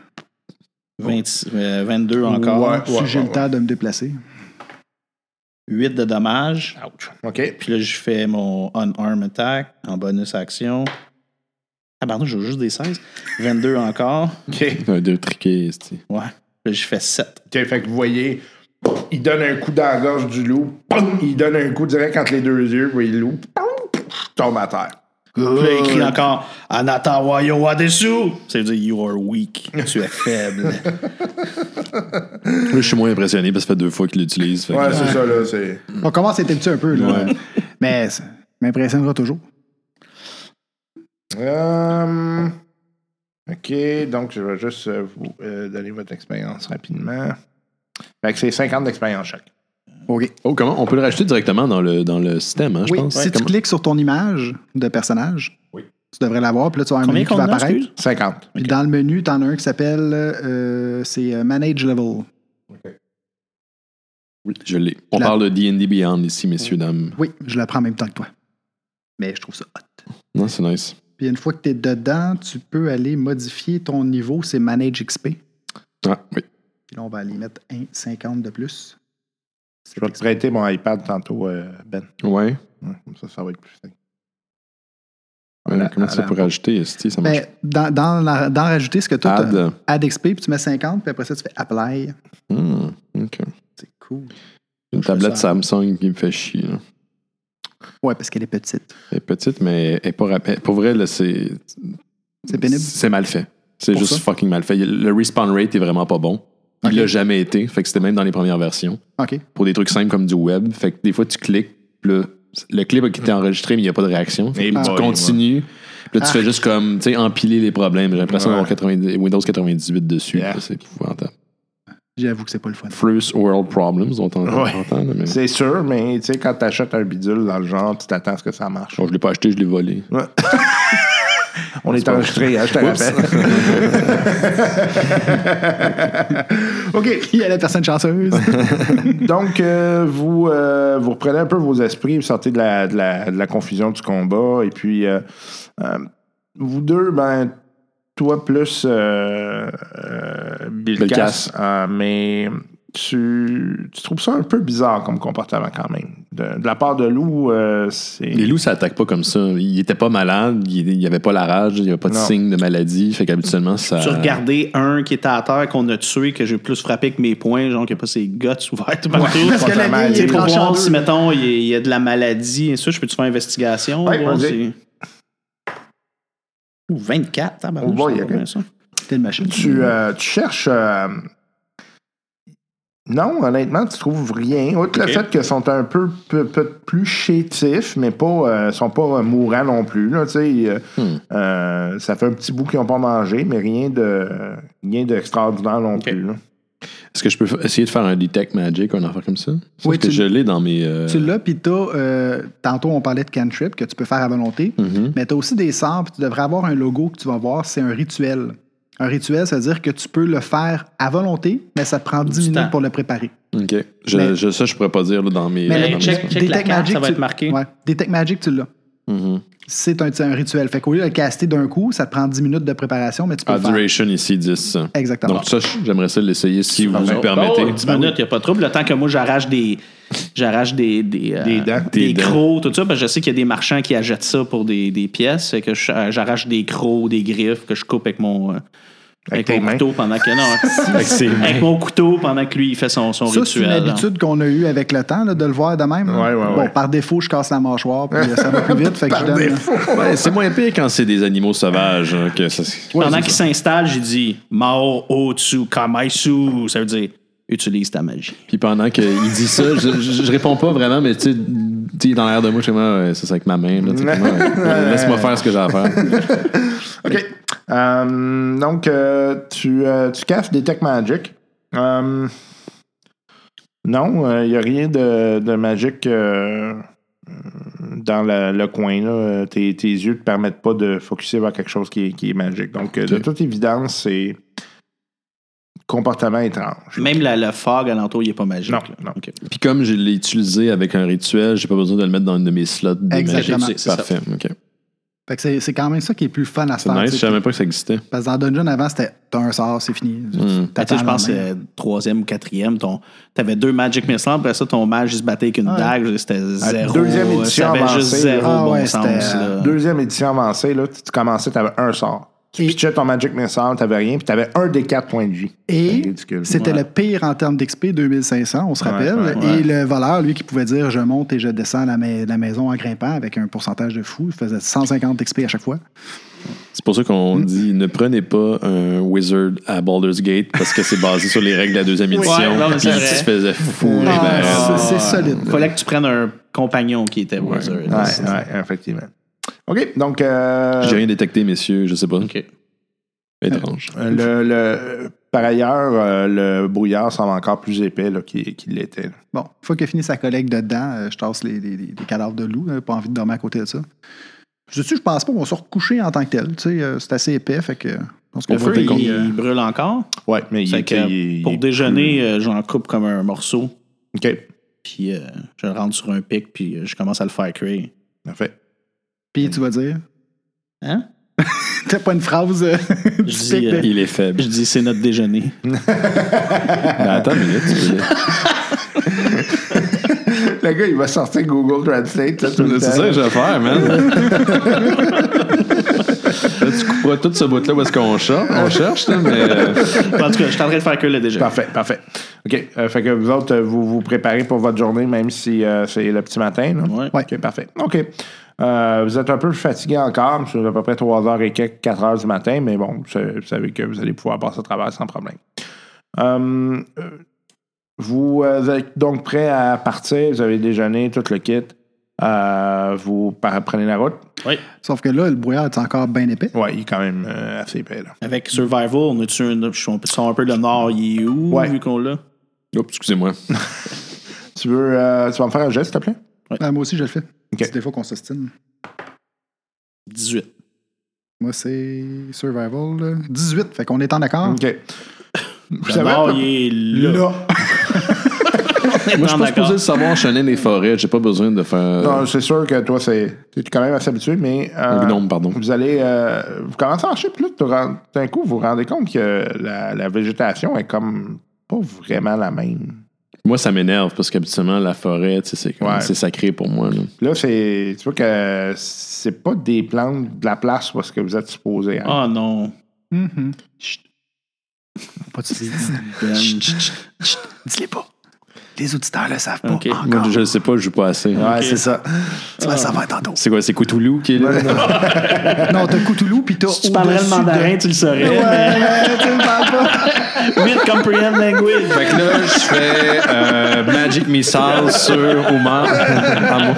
20 euh, 22 encore. Ouais. si j'ai le ouais. temps de me déplacer. 8 de dommages. Ouch. OK. Puis là, je fais mon on-arm attack en bonus action. Ah, pardon, j'ai juste des 16. 22 encore. OK. Un 2 triqué, c'est. Ouais. Puis là, je fais 7. OK, fait que vous voyez, il donne un coup dans la gorge du loup, poum, il donne un coup direct entre les deux yeux, puis le loup poum, tombe à terre. Puis là, il Oh. crie encore Anata Wayo Wadesu. Ça veut dire You are weak. Tu es faible. Là, je suis moins impressionné parce que ça fait deux fois qu'il l'utilise. fait que- Ouais, c'est ça, là. C'est... On commence à être habitué un peu, là. Mais ça m'impressionnera toujours. Euh, OK, donc je vais juste euh, vous euh, donner votre expérience rapidement. Fait que c'est 50 d'expérience chaque. OK. Oh, comment? On peut le rajouter directement dans le, dans le système, hein, je Oui, pense. si tu Comment- cliques sur ton image de personnage, tu devrais l'avoir. Puis là, tu as un Combien menu qui qu'on va a, apparaître. excuse? 50. Puis dans le menu, tu en as un qui s'appelle euh, c'est euh, Manage Level. Oui, je l'ai. On La- parle de D&D Beyond ici, messieurs, dames. Oui, je la prends en même temps que toi. Mais je trouve ça hot. Non, c'est nice. Puis une fois que tu es dedans, tu peux aller modifier ton niveau, c'est Manage XP. Puis Ah, oui. là, on va aller mettre 1,50 de plus. Je vais te prêter mon iPad tantôt, euh, Ben. Ouais. Ouais, Comme ça, ça va être plus simple. Euh, Comment ça voilà. pour rajouter, Esti? Ça marche. Ben, dans, dans, la- d'en rajouter ce que Ah, toi, t'as- Add. Add XP, puis tu mets 50, puis après ça, tu fais Apply. Hmm, OK. C'est cool. Une Je fais tablette ça. Samsung qui me fait chier. là. Ouais, parce qu'elle est petite. Elle est petite, mais elle est pas rapide. Pour vrai, là, c'est. C'est pénible. C'est mal fait. C'est Pour juste ça? fucking mal fait. Le respawn rate est vraiment pas bon. Il Ok. l'a jamais été. Fait que c'était même dans les premières versions. OK. Pour des trucs simples comme du web. Fait que des fois, tu cliques, puis là, le clip a été enregistré, mais il n'y a pas de réaction. Fait que Ah, tu oui, continues. puis Là, tu Ah. fais juste comme, tu sais, empiler les problèmes. J'ai l'impression Ouais. d'avoir 90 Windows 98 dessus. Yeah. là. C'est épouvantable. J'avoue que c'est pas le fun. First World Problems, on t'en- Ouais. on entend. là, mais... C'est sûr, mais tu sais, quand t'achètes un bidule dans le genre, tu t'attends à ce que ça marche. Bon, je l'ai pas acheté, je l'ai volé. On est enregistré, hein, je te rappelle. OK. Il y a la personne chanceuse. Donc, euh, vous, euh, vous reprenez un peu vos esprits, vous sortez de la, de la- de la confusion du combat, et puis euh, euh, vous deux, ben, toi plus euh, euh, Bill Bill Cass, Cass. euh, mais tu, tu trouves ça un peu bizarre comme comportement quand même. De, de la part de Lou, euh, c'est... Les loups, ça attaque pas comme ça. Il était pas malade, il il y avait pas la rage, il y avait pas de Non. signe de maladie. Fait qu'habituellement, ça. Tu regardais un qui était à terre qu'on a tué, que j'ai plus frappé que mes poings, genre qu'il n'y a pas ses guts ouvertes partout. parce que la contrairement à vie, Tu il sais, est pour tranchée en voir deux. si, mettons, il y a- il y, a de la maladie, et ça, je peux-tu faire investigation? Ouais, voir vas-y. si- Ouh, 24, hein, Oh boy, il y a ça. T'es le machine. tu, euh, tu cherches. euh, Non, honnêtement, tu trouves rien. Outre Ok. le fait qu'ils sont un peu, peu- peu- plus chétifs, mais pas euh, sont pas euh, mourants non plus. Là, tu sais, euh, Hmm. euh, ça fait un petit bout qu'ils n'ont pas mangé, mais rien de rien d'extraordinaire non Ok. plus. là. Est-ce que je peux fa- essayer de faire un detect magic ou un affaire comme ça? Parce Oui, que tu- je l'ai dans mes. euh, Tu l'as, puis t'as. euh, tantôt, on parlait de cantrip que tu peux faire à volonté, Mhm. mais t'as aussi des sorts, puis tu devrais avoir un logo que tu vas voir, c'est un rituel. Un rituel, ça veut dire que tu peux le faire à volonté, mais ça te prend 10 minutes temps. pour le préparer. Ok. Je, Mais- je- ça, je pourrais pas dire là, dans mes. Mais dans mes- check, check Des la Tech carte, Magic, ça va tu- être marqué. Ouais. Des Tech Magic, tu l'as. Mhm. C'est un, c'est un rituel. Fait qu'au lieu de le caster d'un coup, ça te prend 10 minutes de préparation, mais tu peux Ah, le faire. duration ici, 10. Exactement. Donc, ça, je- j'aimerais ça l'essayer si vous Bon, me bon, permettez. Ben dix minutes, il n'y a pas de trouble. Le temps que moi, j'arrache des. J'arrache des. Des, euh, Des dents. des Des dents. crocs, tout ça. Parce que je sais qu'il y a des marchands qui achètent ça pour des, des pièces. Fait que je- euh, j'arrache des crocs, des griffes que je coupe avec mon. euh, Avec, tes mon mains. couteau pendant que. Non, Fait que c'est- avec mon couteau pendant que lui, il fait son, son Ça, c'est une rituel. hein. là. habitude qu'on a eue avec le temps, là, de le voir de même. hein. Ouais, ouais, bon, ouais. par défaut, je casse la mâchoire, puis euh, ça va plus vite. fait que je donne- hein. Ouais, Ben, c'est moins pire quand c'est des animaux sauvages. hein, que ça- pendant qu'il s'installe, j'ai dit Mao Otsu Kamaisu. Ça veut dire utilise ta magie. Puis pendant qu'il dit ça, je, je- je réponds pas vraiment, mais tu sais, tu sais, dans l'air de moi, je sais pas, ouais, ça c'est avec ma main. là, tu sais, comment, ouais, Laisse-moi faire ce que j'ai à faire. OK. Euh, donc, euh, tu, euh, tu casses des Tech Magic. Euh, non, il n'y a rien de, de magique euh, dans le, le coin. là. Tes, tes yeux ne te permettent pas de focuser vers quelque chose qui est, qui est magique. Donc, euh, de Ok. toute évidence, c'est comportement étrange. Même la, le fog alentour, il n'est pas magique. Non, là. non. Ok. Puis comme je l'ai utilisé avec un rituel, j'ai pas besoin de le mettre dans une de mes slots. de magie. Exactement. C'est ça. Parfait, ok. Fait que c'est- c'est quand même ça qui est plus fun à C'est faire. nice, tu je sais. savais même pas que ça existait. Parce que dans Dungeon, avant, c'était t'as un sort, c'est fini. Hmm. Ah, tu T'attends sais, je le pense lendemain. euh, troisième ou quatrième, ton, t'avais deux Magic Missiles, après ça, ton mage, il se battait avec une Ouais. dague, c'était zéro. deuxième édition ça avait avancée, juste zéro là. Ah bon ouais, sens. c'était, là. Deuxième édition avancée, là, tu tu commençais, tu avais un sort. Tu Et- pitchais ton Magic Missile, tu rien, puis tu avais un des quatre points de vie. C'est Et ridicule. c'était Ouais. le pire en termes d'XP, 2500, on se rappelle. Ouais, ouais, ouais. Et le voleur, lui, qui pouvait dire je monte et je descends la, mai- la maison en grimpant avec un pourcentage de fou, il faisait 150 d'XP à chaque fois. C'est pour ça qu'on dit ne prenez pas un wizard à Baldur's Gate parce que c'est basé sur les règles de la deuxième édition. Ouais, non, mais puis c'est il vrai. se faisait fourrer. Ah, ben, c'est- c'est Ah, solide. Fallait que tu prennes un compagnon qui était wizard. Ouais, ouais, effectivement. OK, donc. euh, J'ai rien détecté, messieurs, je sais pas. Ok. Étrange. le, le- par ailleurs, euh, le brouillard semble encore plus épais là, qu'il qu'il l'était. là. Bon, une fois qu'il a fini sa collecte dedans, euh, je tasse les, les- les- les cadavres de loup, hein, pas envie de dormir à côté de ça. Je sais, je pense pas, on sort coucher en tant que tel. Tu sais, euh, c'est assez épais, fait que. euh, je pense qu'on Le va feu, dire il, qu'on- il brûle encore. Ouais, mais il, Fait que, était- il- pour il- déjeuner, euh, j'en coupe comme un morceau, OK, puis euh, je le rentre sur un pic, puis euh, je commence à le faire cuire. parfait. Puis tu vas dire. Hein? T'as pas une phrase. euh, Je du dis, pic de- euh, Il est faible. je dis, c'est notre déjeuner. Ben, attends une minute, tu peux le- Le gars, il va sortir Google Translate. là, tout le C'est ça temps. que je vais faire, man. là, tu couperas tout ce bout-là où est-ce qu'on cherche, on cherche là, mais euh, en tout cas, je suis en train de faire cuire le déjeuner. Parfait, parfait. OK, euh, fait que vous autres, euh, vous vous préparez pour votre journée, même si euh, c'est le petit matin. là. Ouais. OK, parfait. OK. Euh, vous êtes un peu fatigué encore, c'est à peu près 3h et quelques, 4h du matin, mais bon, vous savez- vous savez que vous allez pouvoir passer à travers sans problème. Euh, euh, vous euh, êtes donc prêt à partir, vous avez déjeuné, tout le kit. Euh, vous par- prenez la route. Sauf que là, le brouillard est encore bien épais. Oui, il est quand même euh, assez épais. Là. Avec Survival, on est-tu un, on peut savoir un peu le nord, il est où, Ouais. vu qu'on l'a? Oups, excusez-moi. Tu veux euh, tu vas me faire un geste, s'il te plaît? Ah, moi aussi, je le fais. C'est des fois qu'on s'ostine. 18. Moi, c'est Survival là. 18. Fait qu'on est en accord. OK. Vous Le savez à nord, peu- il est là. Moi, je suis pas supposé d'accord. le savoir chaîner les forêts. J'ai pas besoin de faire Non, c'est sûr que toi, c'est. T'es quand même assez habitué, mais. euh, un gnome, pardon. Vous allez. euh, vous commencez à marcher, puis là, tu rends- d'un coup, vous vous rendez compte que la, la végétation est comme pas vraiment la même. Moi, ça m'énerve parce qu'habituellement, la forêt, tu sais, c'est comme- Ouais. c'est sacré pour moi. là. Là, c'est. Tu vois que c'est pas des plantes de la place parce que vous êtes supposé. hein. Ah non. Mhm. Ben, Dis-les pas. Les auditeurs le savent pas Ok. Moi, encore. je ne sais pas, je joue pas assez. Ouais, c'est ça. Tu Ah. vas le savoir tantôt. C'est quoi, c'est Cthulhu qui est là? Non, t'as Cthulhu, puis t'as Si tu parlerais le au-dessus mandarin, de- tu le saurais. Ouais, mais tu le parles pas. mais- Read comprehend language. Fait que là, je fais euh, Magic Missile sur Omar. Ah, moi.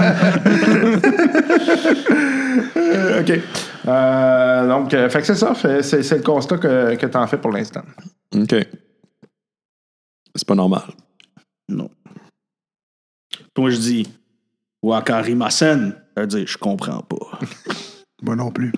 Euh, OK. Euh, donc, euh, fait que c'est ça. fait- C'est c'est le constat que, que tu en fais pour l'instant. OK. C'est pas normal. Non. Moi, je dis Wakari Masen. Ça veut dire, je comprends pas. Moi non plus.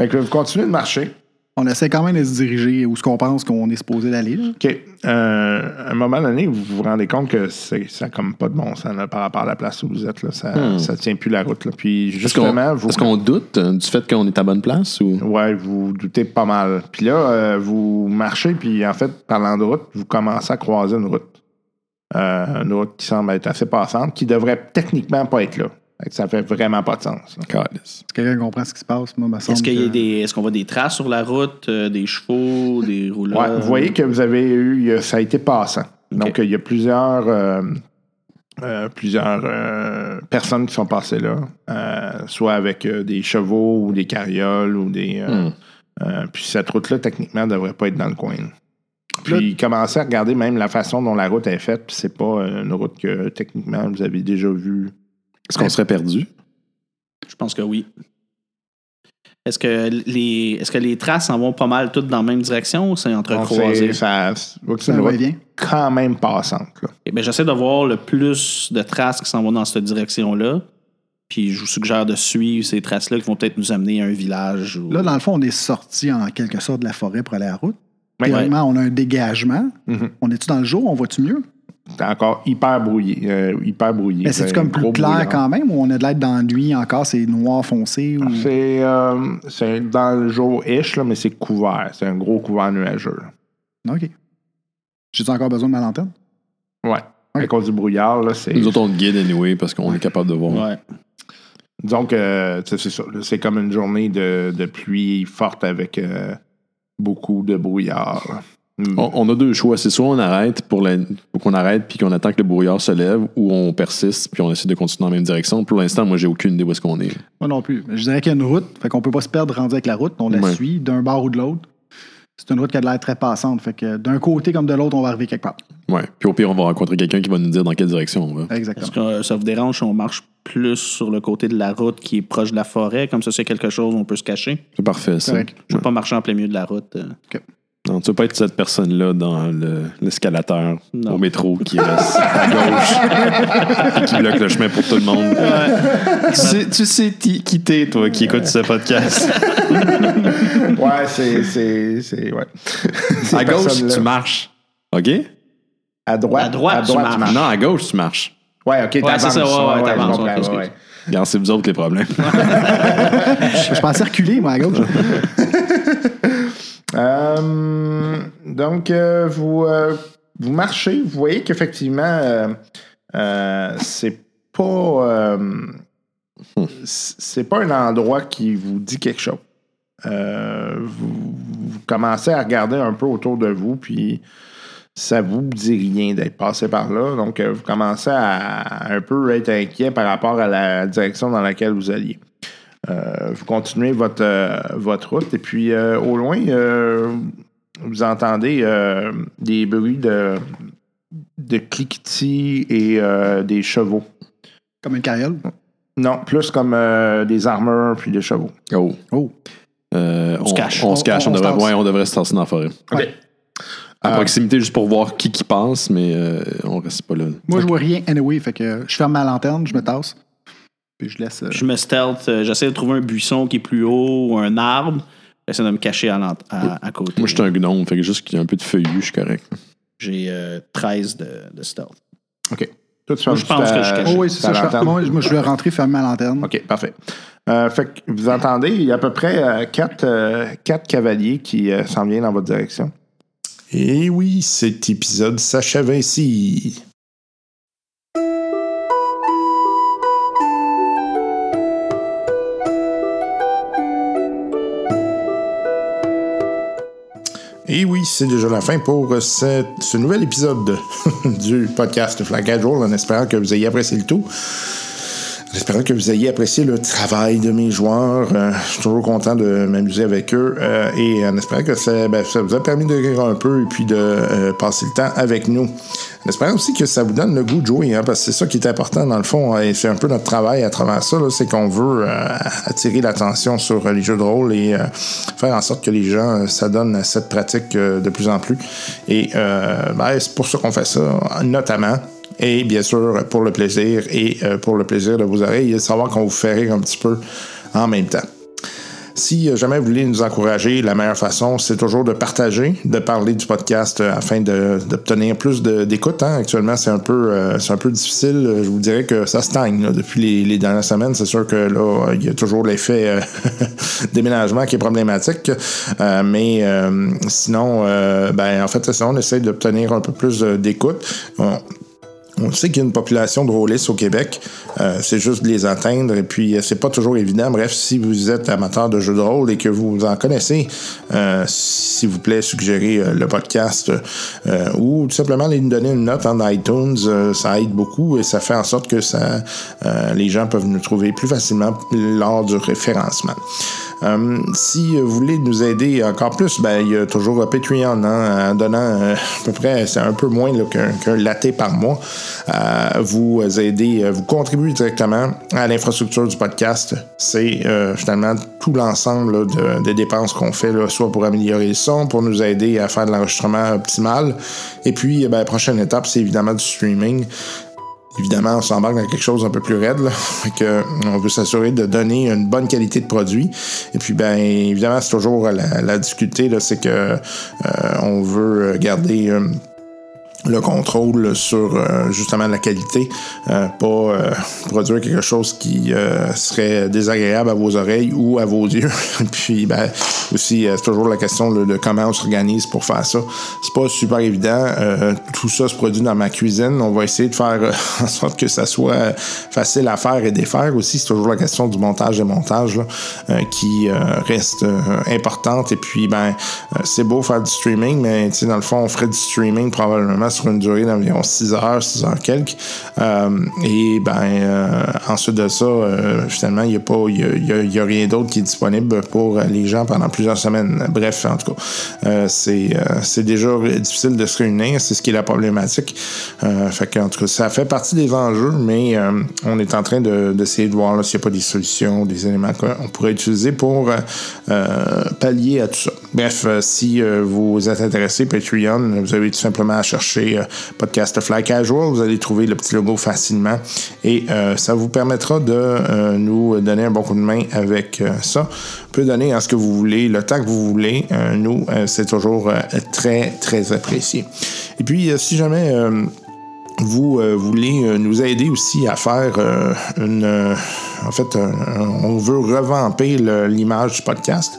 Fait que vous continuez de marcher. On essaie quand même de se diriger où ce qu'on pense qu'on est supposé d'aller. là. OK. Euh, à un moment donné, vous vous rendez compte que c'est- ça n'a comme pas de bon sens là, par rapport à la place où vous êtes. Là, ça Hmm. ne tient plus la route. Là. Puis Est-ce qu'on justement, vous, est-ce qu'on doute euh, du fait qu'on est à bonne place ou. ouais, vous doutez pas mal. Puis là, euh, vous marchez, puis en fait, parlant de route, vous commencez à croiser une route. Euh, une route qui semble être assez passante, qui devrait techniquement pas être là. Fait que ça fait vraiment pas de sens. là. Calisse. Est-ce que quelqu'un comprend ce qui se passe? Moi, me semble Est-ce qu'il y que- a des, est-ce qu'on voit des traces sur la route, euh, des chevaux, des rouleurs? Euh, Ouais, vous voyez que vous avez eu, il y a- ça a été passant. Donc, il y a plusieurs, euh, euh, plusieurs euh, personnes qui sont passées là, euh, soit avec euh, des chevaux ou des carrioles ou des. euh, Hmm. euh, puis cette route-là, techniquement, ne devrait pas être dans le coin. Puis ils commençaient à regarder même la façon dont la route est faite, puis c'est pas euh, une route que techniquement vous avez déjà vue. Est-ce qu'on serait perdu? Je pense que oui. Est-ce que les, est-ce que les traces s'en vont pas mal toutes dans la même direction ou c'est Donc, entrecroisé? c'est- ça- c'est c'est Ça une va route bien. quand même passante. là. Eh bien, j'essaie de voir le plus de traces qui s'en vont dans cette direction-là. Puis je vous suggère de suivre ces traces-là qui vont peut-être nous amener à un village. Ou... Là, dans le fond, on est sorti en quelque sorte de la forêt pour aller à la route. Ouais. Théoriquement, on a un dégagement. Mm-hmm. Mhm. On est-tu dans le jour? On voit-tu mieux? C'est encore hyper brouillé. euh, hyper brouillé. Mais c'est-tu C'est comme un plus gros clair brouillard. quand même ou on a de l'aide dans la nuit encore? C'est noir foncé? Ou... C'est euh, c'est dans le jour-ish, là, mais c'est couvert. C'est un gros couvert nuageux. là. OK. J'ai-tu encore besoin de ma lanterne? Ouais. À cause du brouillard, là, c'est. Nous autres, on le guide anyway parce qu'on est capable de voir. Ouais. Disons que euh, tu sais, c'est ça. là, C'est comme une journée de, de pluie forte avec euh, beaucoup de brouillard. là. Mm. On, on a deux choix. C'est soit on arrête pour, la- pour qu'on arrête puis qu'on attend que le brouillard se lève ou on persiste puis on essaie de continuer dans la même direction. Pour l'instant, moi, j'ai aucune idée où est-ce qu'on est. Moi non plus. Je dirais qu'il y a une route. Fait qu'on peut pas se perdre rendu avec la route. On la Ouais. suit d'un bord ou de l'autre. C'est une route qui a de l'air très passante. Fait que d'un côté comme de l'autre, on va arriver quelque part. Ouais. Puis au pire, on va rencontrer quelqu'un qui va nous dire dans quelle direction on va. Exactement. Est-ce que euh, ça vous dérange si on marche plus sur le côté de la route qui est proche de la forêt? Comme ça, c'est quelque chose, on peut se cacher. C'est parfait, ça. Correct. Je veux pas marcher en plein milieu de la route. euh. Non, tu veux pas être cette personne-là dans le- l'escalateur Non. au métro qui reste à gauche et qui bloque le chemin pour tout le monde. Tu sais, tu sais qui qui t'es, toi, qui écoute ce podcast. Ouais, c'est. c'est- c'est- ouais. Ces à gauche, personnes-là. tu marches. OK? À droite, À droite, tu marches. Non, à gauche, tu marches. Ouais, ok, t'avances. c'est ça, ouais, ouais, t'avances, je comprends, ouais, excuse. ouais. Regarde, c'est vous autres les problèmes. Je pensais reculer, moi, à gauche. Euh, donc, euh, vous, euh, vous marchez, vous voyez qu'effectivement, euh, euh, c'est pas. euh, c'est pas un endroit qui vous dit quelque chose. Euh, vous, vous commencez à regarder un peu autour de vous, puis ça vous dit rien d'être passé par là. Donc, euh, vous commencez à un peu être inquiet par rapport à la direction dans laquelle vous alliez. Euh, vous continuez votre, euh, votre route et puis euh, au loin, euh, vous entendez euh, des bruits de, de cliquetis et euh, des chevaux. comme une carriole. Non, plus comme euh, des armures puis des chevaux. Oh. Oh. Euh, on, se cache. On se cache, on, On- on se devrait, tasse. ouais, on devrait se tasser dans la forêt. OK. À Euh, proximité, juste pour voir qui qui passe, mais euh, on reste pas là. Moi, je vois rien anyway. Fait que je ferme ma lanterne, je me tasse. Puis je laisse. euh, Je me stealth, euh, j'essaie de trouver un buisson qui est plus haut ou un arbre. J'essaie de me cacher à, l'ent- à, à côté. Moi, je suis un gnome, fait que juste qu'il y a un peu de feuillu, je suis correct. J'ai euh, 13 de, de stealth. Toi, tu fermes je pense ta- que je cache. Oh oui, c'est ta ça. Je, lanterne. ferme- moi, je- moi, je vais rentrer, fermer ma lanterne. OK, parfait. Euh, fait que vous entendez, il y a à peu près euh, quatre, euh, quatre cavaliers qui euh, s'en viennent dans votre direction. Eh Et oui, cet épisode s'achève ainsi. Et Eh oui, c'est déjà la fin pour euh, cette- ce nouvel épisode du podcast Flag Roll, en espérant que vous ayez apprécié le tout. En espérant que vous ayez apprécié le travail de mes joueurs. Euh, je suis toujours content de m'amuser avec eux. euh, et en espérant que ça, ben, ça vous a permis de rire un peu et puis de euh, passer le temps avec nous. En espérant aussi que ça vous donne le goût de jouer, hein, parce que c'est ça qui est important dans le fond. hein, et c'est un peu notre travail à travers ça, là, c'est qu'on veut euh, attirer l'attention sur euh, les jeux de rôle et euh, faire en sorte que les gens euh, s'adonnent à cette pratique euh, de plus en plus. Et euh, ben, c'est pour ça qu'on fait ça, notamment. Et bien sûr, pour le plaisir et euh, pour le plaisir de vos oreilles, et de savoir qu'on vous fait rire un petit peu en même temps. Si euh, jamais vous voulez nous encourager, la meilleure façon, c'est toujours de partager, de parler du podcast euh, afin de- d'obtenir plus de- d'écoute. hein. Actuellement, c'est un, peu, euh, c'est un peu difficile. Euh, Je vous dirais que ça stagne là, depuis les, les dernières semaines. C'est sûr que là, euh, il y a toujours l'effet euh, déménagement qui est problématique. Euh, mais euh, sinon, euh, ben, en fait, c'est ça, on essaie d'obtenir un peu plus euh, d'écoute. On- on sait qu'il y a une population de rôlistes au Québec. Euh, c'est juste de les atteindre et puis euh, c'est pas toujours évident. Bref, si vous êtes amateur de jeux de rôle et que vous en connaissez, euh, s'il vous plaît, suggérez euh, le podcast euh, ou tout simplement les- nous donner une note en iTunes. Euh, ça aide beaucoup et ça fait en sorte que ça, euh, les gens peuvent nous trouver plus facilement lors du référencement. Euh, si euh, vous voulez nous aider encore plus, ben, il y a toujours euh, Patreon, hein, en donnant euh, à peu près, c'est un peu moins là, qu'un qu'un latte par mois. Euh, vous aidez, euh, vous contribuez directement à l'infrastructure du podcast. C'est euh, finalement tout l'ensemble là, de- des dépenses qu'on fait, là, soit pour améliorer le son, pour nous aider à faire de l'enregistrement optimal. Et puis, euh, ben, prochaine étape, c'est évidemment du streaming. Évidemment, on s'embarque dans quelque chose un peu plus raide, là. Fait que, on veut s'assurer de donner une bonne qualité de produit. Et puis, ben, évidemment, c'est toujours la, la difficulté, là, c'est que euh, on veut garder euh, le contrôle sur euh, justement la qualité, euh, pas euh, produire quelque chose qui euh, serait désagréable à vos oreilles ou à vos yeux. Puis ben, aussi, euh, c'est toujours la question là, de comment on s'organise pour faire ça. C'est pas super évident. Euh, tout ça se produit dans ma cuisine. On va essayer de faire euh, en sorte que ça soit euh, facile à faire et défaire aussi. C'est toujours la question du montage et montage là, euh, qui euh, reste euh, importante. Et puis ben, euh, c'est beau faire du streaming, mais tu sais, dans le fond, on ferait du streaming probablement sur une durée d'environ 6 heures, 6 heures quelques. Euh, et ben, euh, ensuite de ça, euh, finalement, il n'y a, pas- il y a, il y a- il y a rien d'autre qui est disponible pour euh, les gens pendant plusieurs semaines. Bref, en tout cas, euh, c'est euh, c'est déjà difficile de se réunir. C'est ce qui est la problématique. Euh, fait que, en tout cas, ça fait partie des enjeux, mais euh, on est en train de- d'essayer de, voir là, s'il n'y a pas des solutions, des éléments qu'on pourrait utiliser pour euh, euh, pallier à tout ça. Bref, euh, si euh, vous êtes intéressé, Patreon, vous avez tout simplement à chercher euh, Podcast Fly Casual. Vous allez trouver le petit logo facilement et euh, ça vous permettra de euh, nous donner un bon coup de main avec euh, ça. Vous pouvez donner à ce que vous voulez, le temps que vous voulez. Euh, nous, euh, c'est toujours euh, très, très apprécié. Et puis, euh, si jamais. euh, vous euh, voulez euh, nous aider aussi à faire euh, une... euh, en fait, un- un- on veut revamper le- l'image du podcast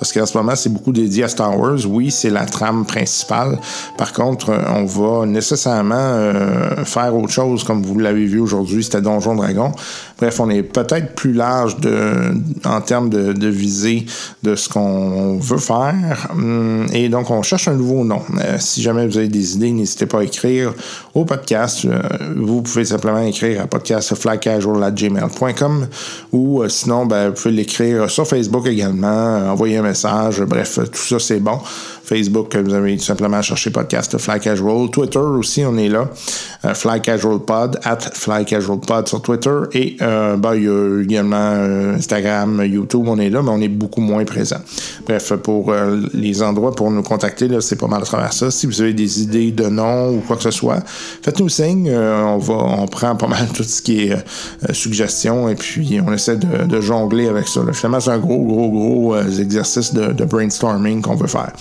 parce qu'en ce moment, c'est beaucoup dédié à Star Wars. Oui, c'est la trame principale. Par contre, euh, on va nécessairement euh, faire autre chose comme vous l'avez vu aujourd'hui, c'était Donjon Dragon. Bref, on est peut-être plus large de, en termes de, de visée de ce qu'on veut faire. Hum, Et donc, on cherche un nouveau nom. Euh, si jamais vous avez des idées, n'hésitez pas à écrire au podcast. Euh, vous pouvez simplement écrire à podcastflycasual.gmail.com ou euh, sinon, ben, vous pouvez l'écrire sur Facebook également, euh, envoyer un message. Bref, tout ça, c'est bon. Facebook, euh, vous avez tout simplement cherché podcast Fly Casual. Twitter aussi, on est là. Euh, Fly Casual Pod, at Fly Casual Pod sur Twitter. Et euh, ben, il y a également euh, Instagram, YouTube, on est là, mais on est beaucoup moins présent. Bref, pour euh, les endroits pour nous contacter, là, c'est pas mal à travers ça. Si vous avez des idées de noms ou quoi que ce soit, faites-nous signe. Euh, on, va, on prend pas mal tout ce qui est euh, suggestions et puis on essaie de, de jongler avec ça. là. Finalement, c'est un gros, gros, gros euh, exercice de- de brainstorming qu'on veut faire.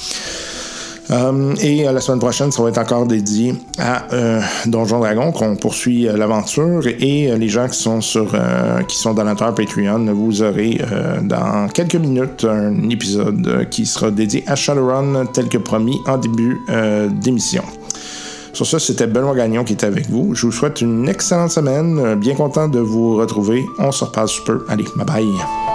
Euh, et euh, la semaine prochaine, ça va être encore dédié à euh, Donjon Dragon, qu'on poursuit euh, l'aventure. Et euh, les gens qui sont sur euh, qui sont donateurs Patreon, vous aurez euh, dans quelques minutes un épisode euh, qui sera dédié à Shadowrun, tel que promis en début euh, d'émission. Sur ce, c'était Benoît Gagnon qui était avec vous. Je vous souhaite une excellente semaine. euh, Bien content de vous retrouver. On se reparle sous peu. Allez, bye bye.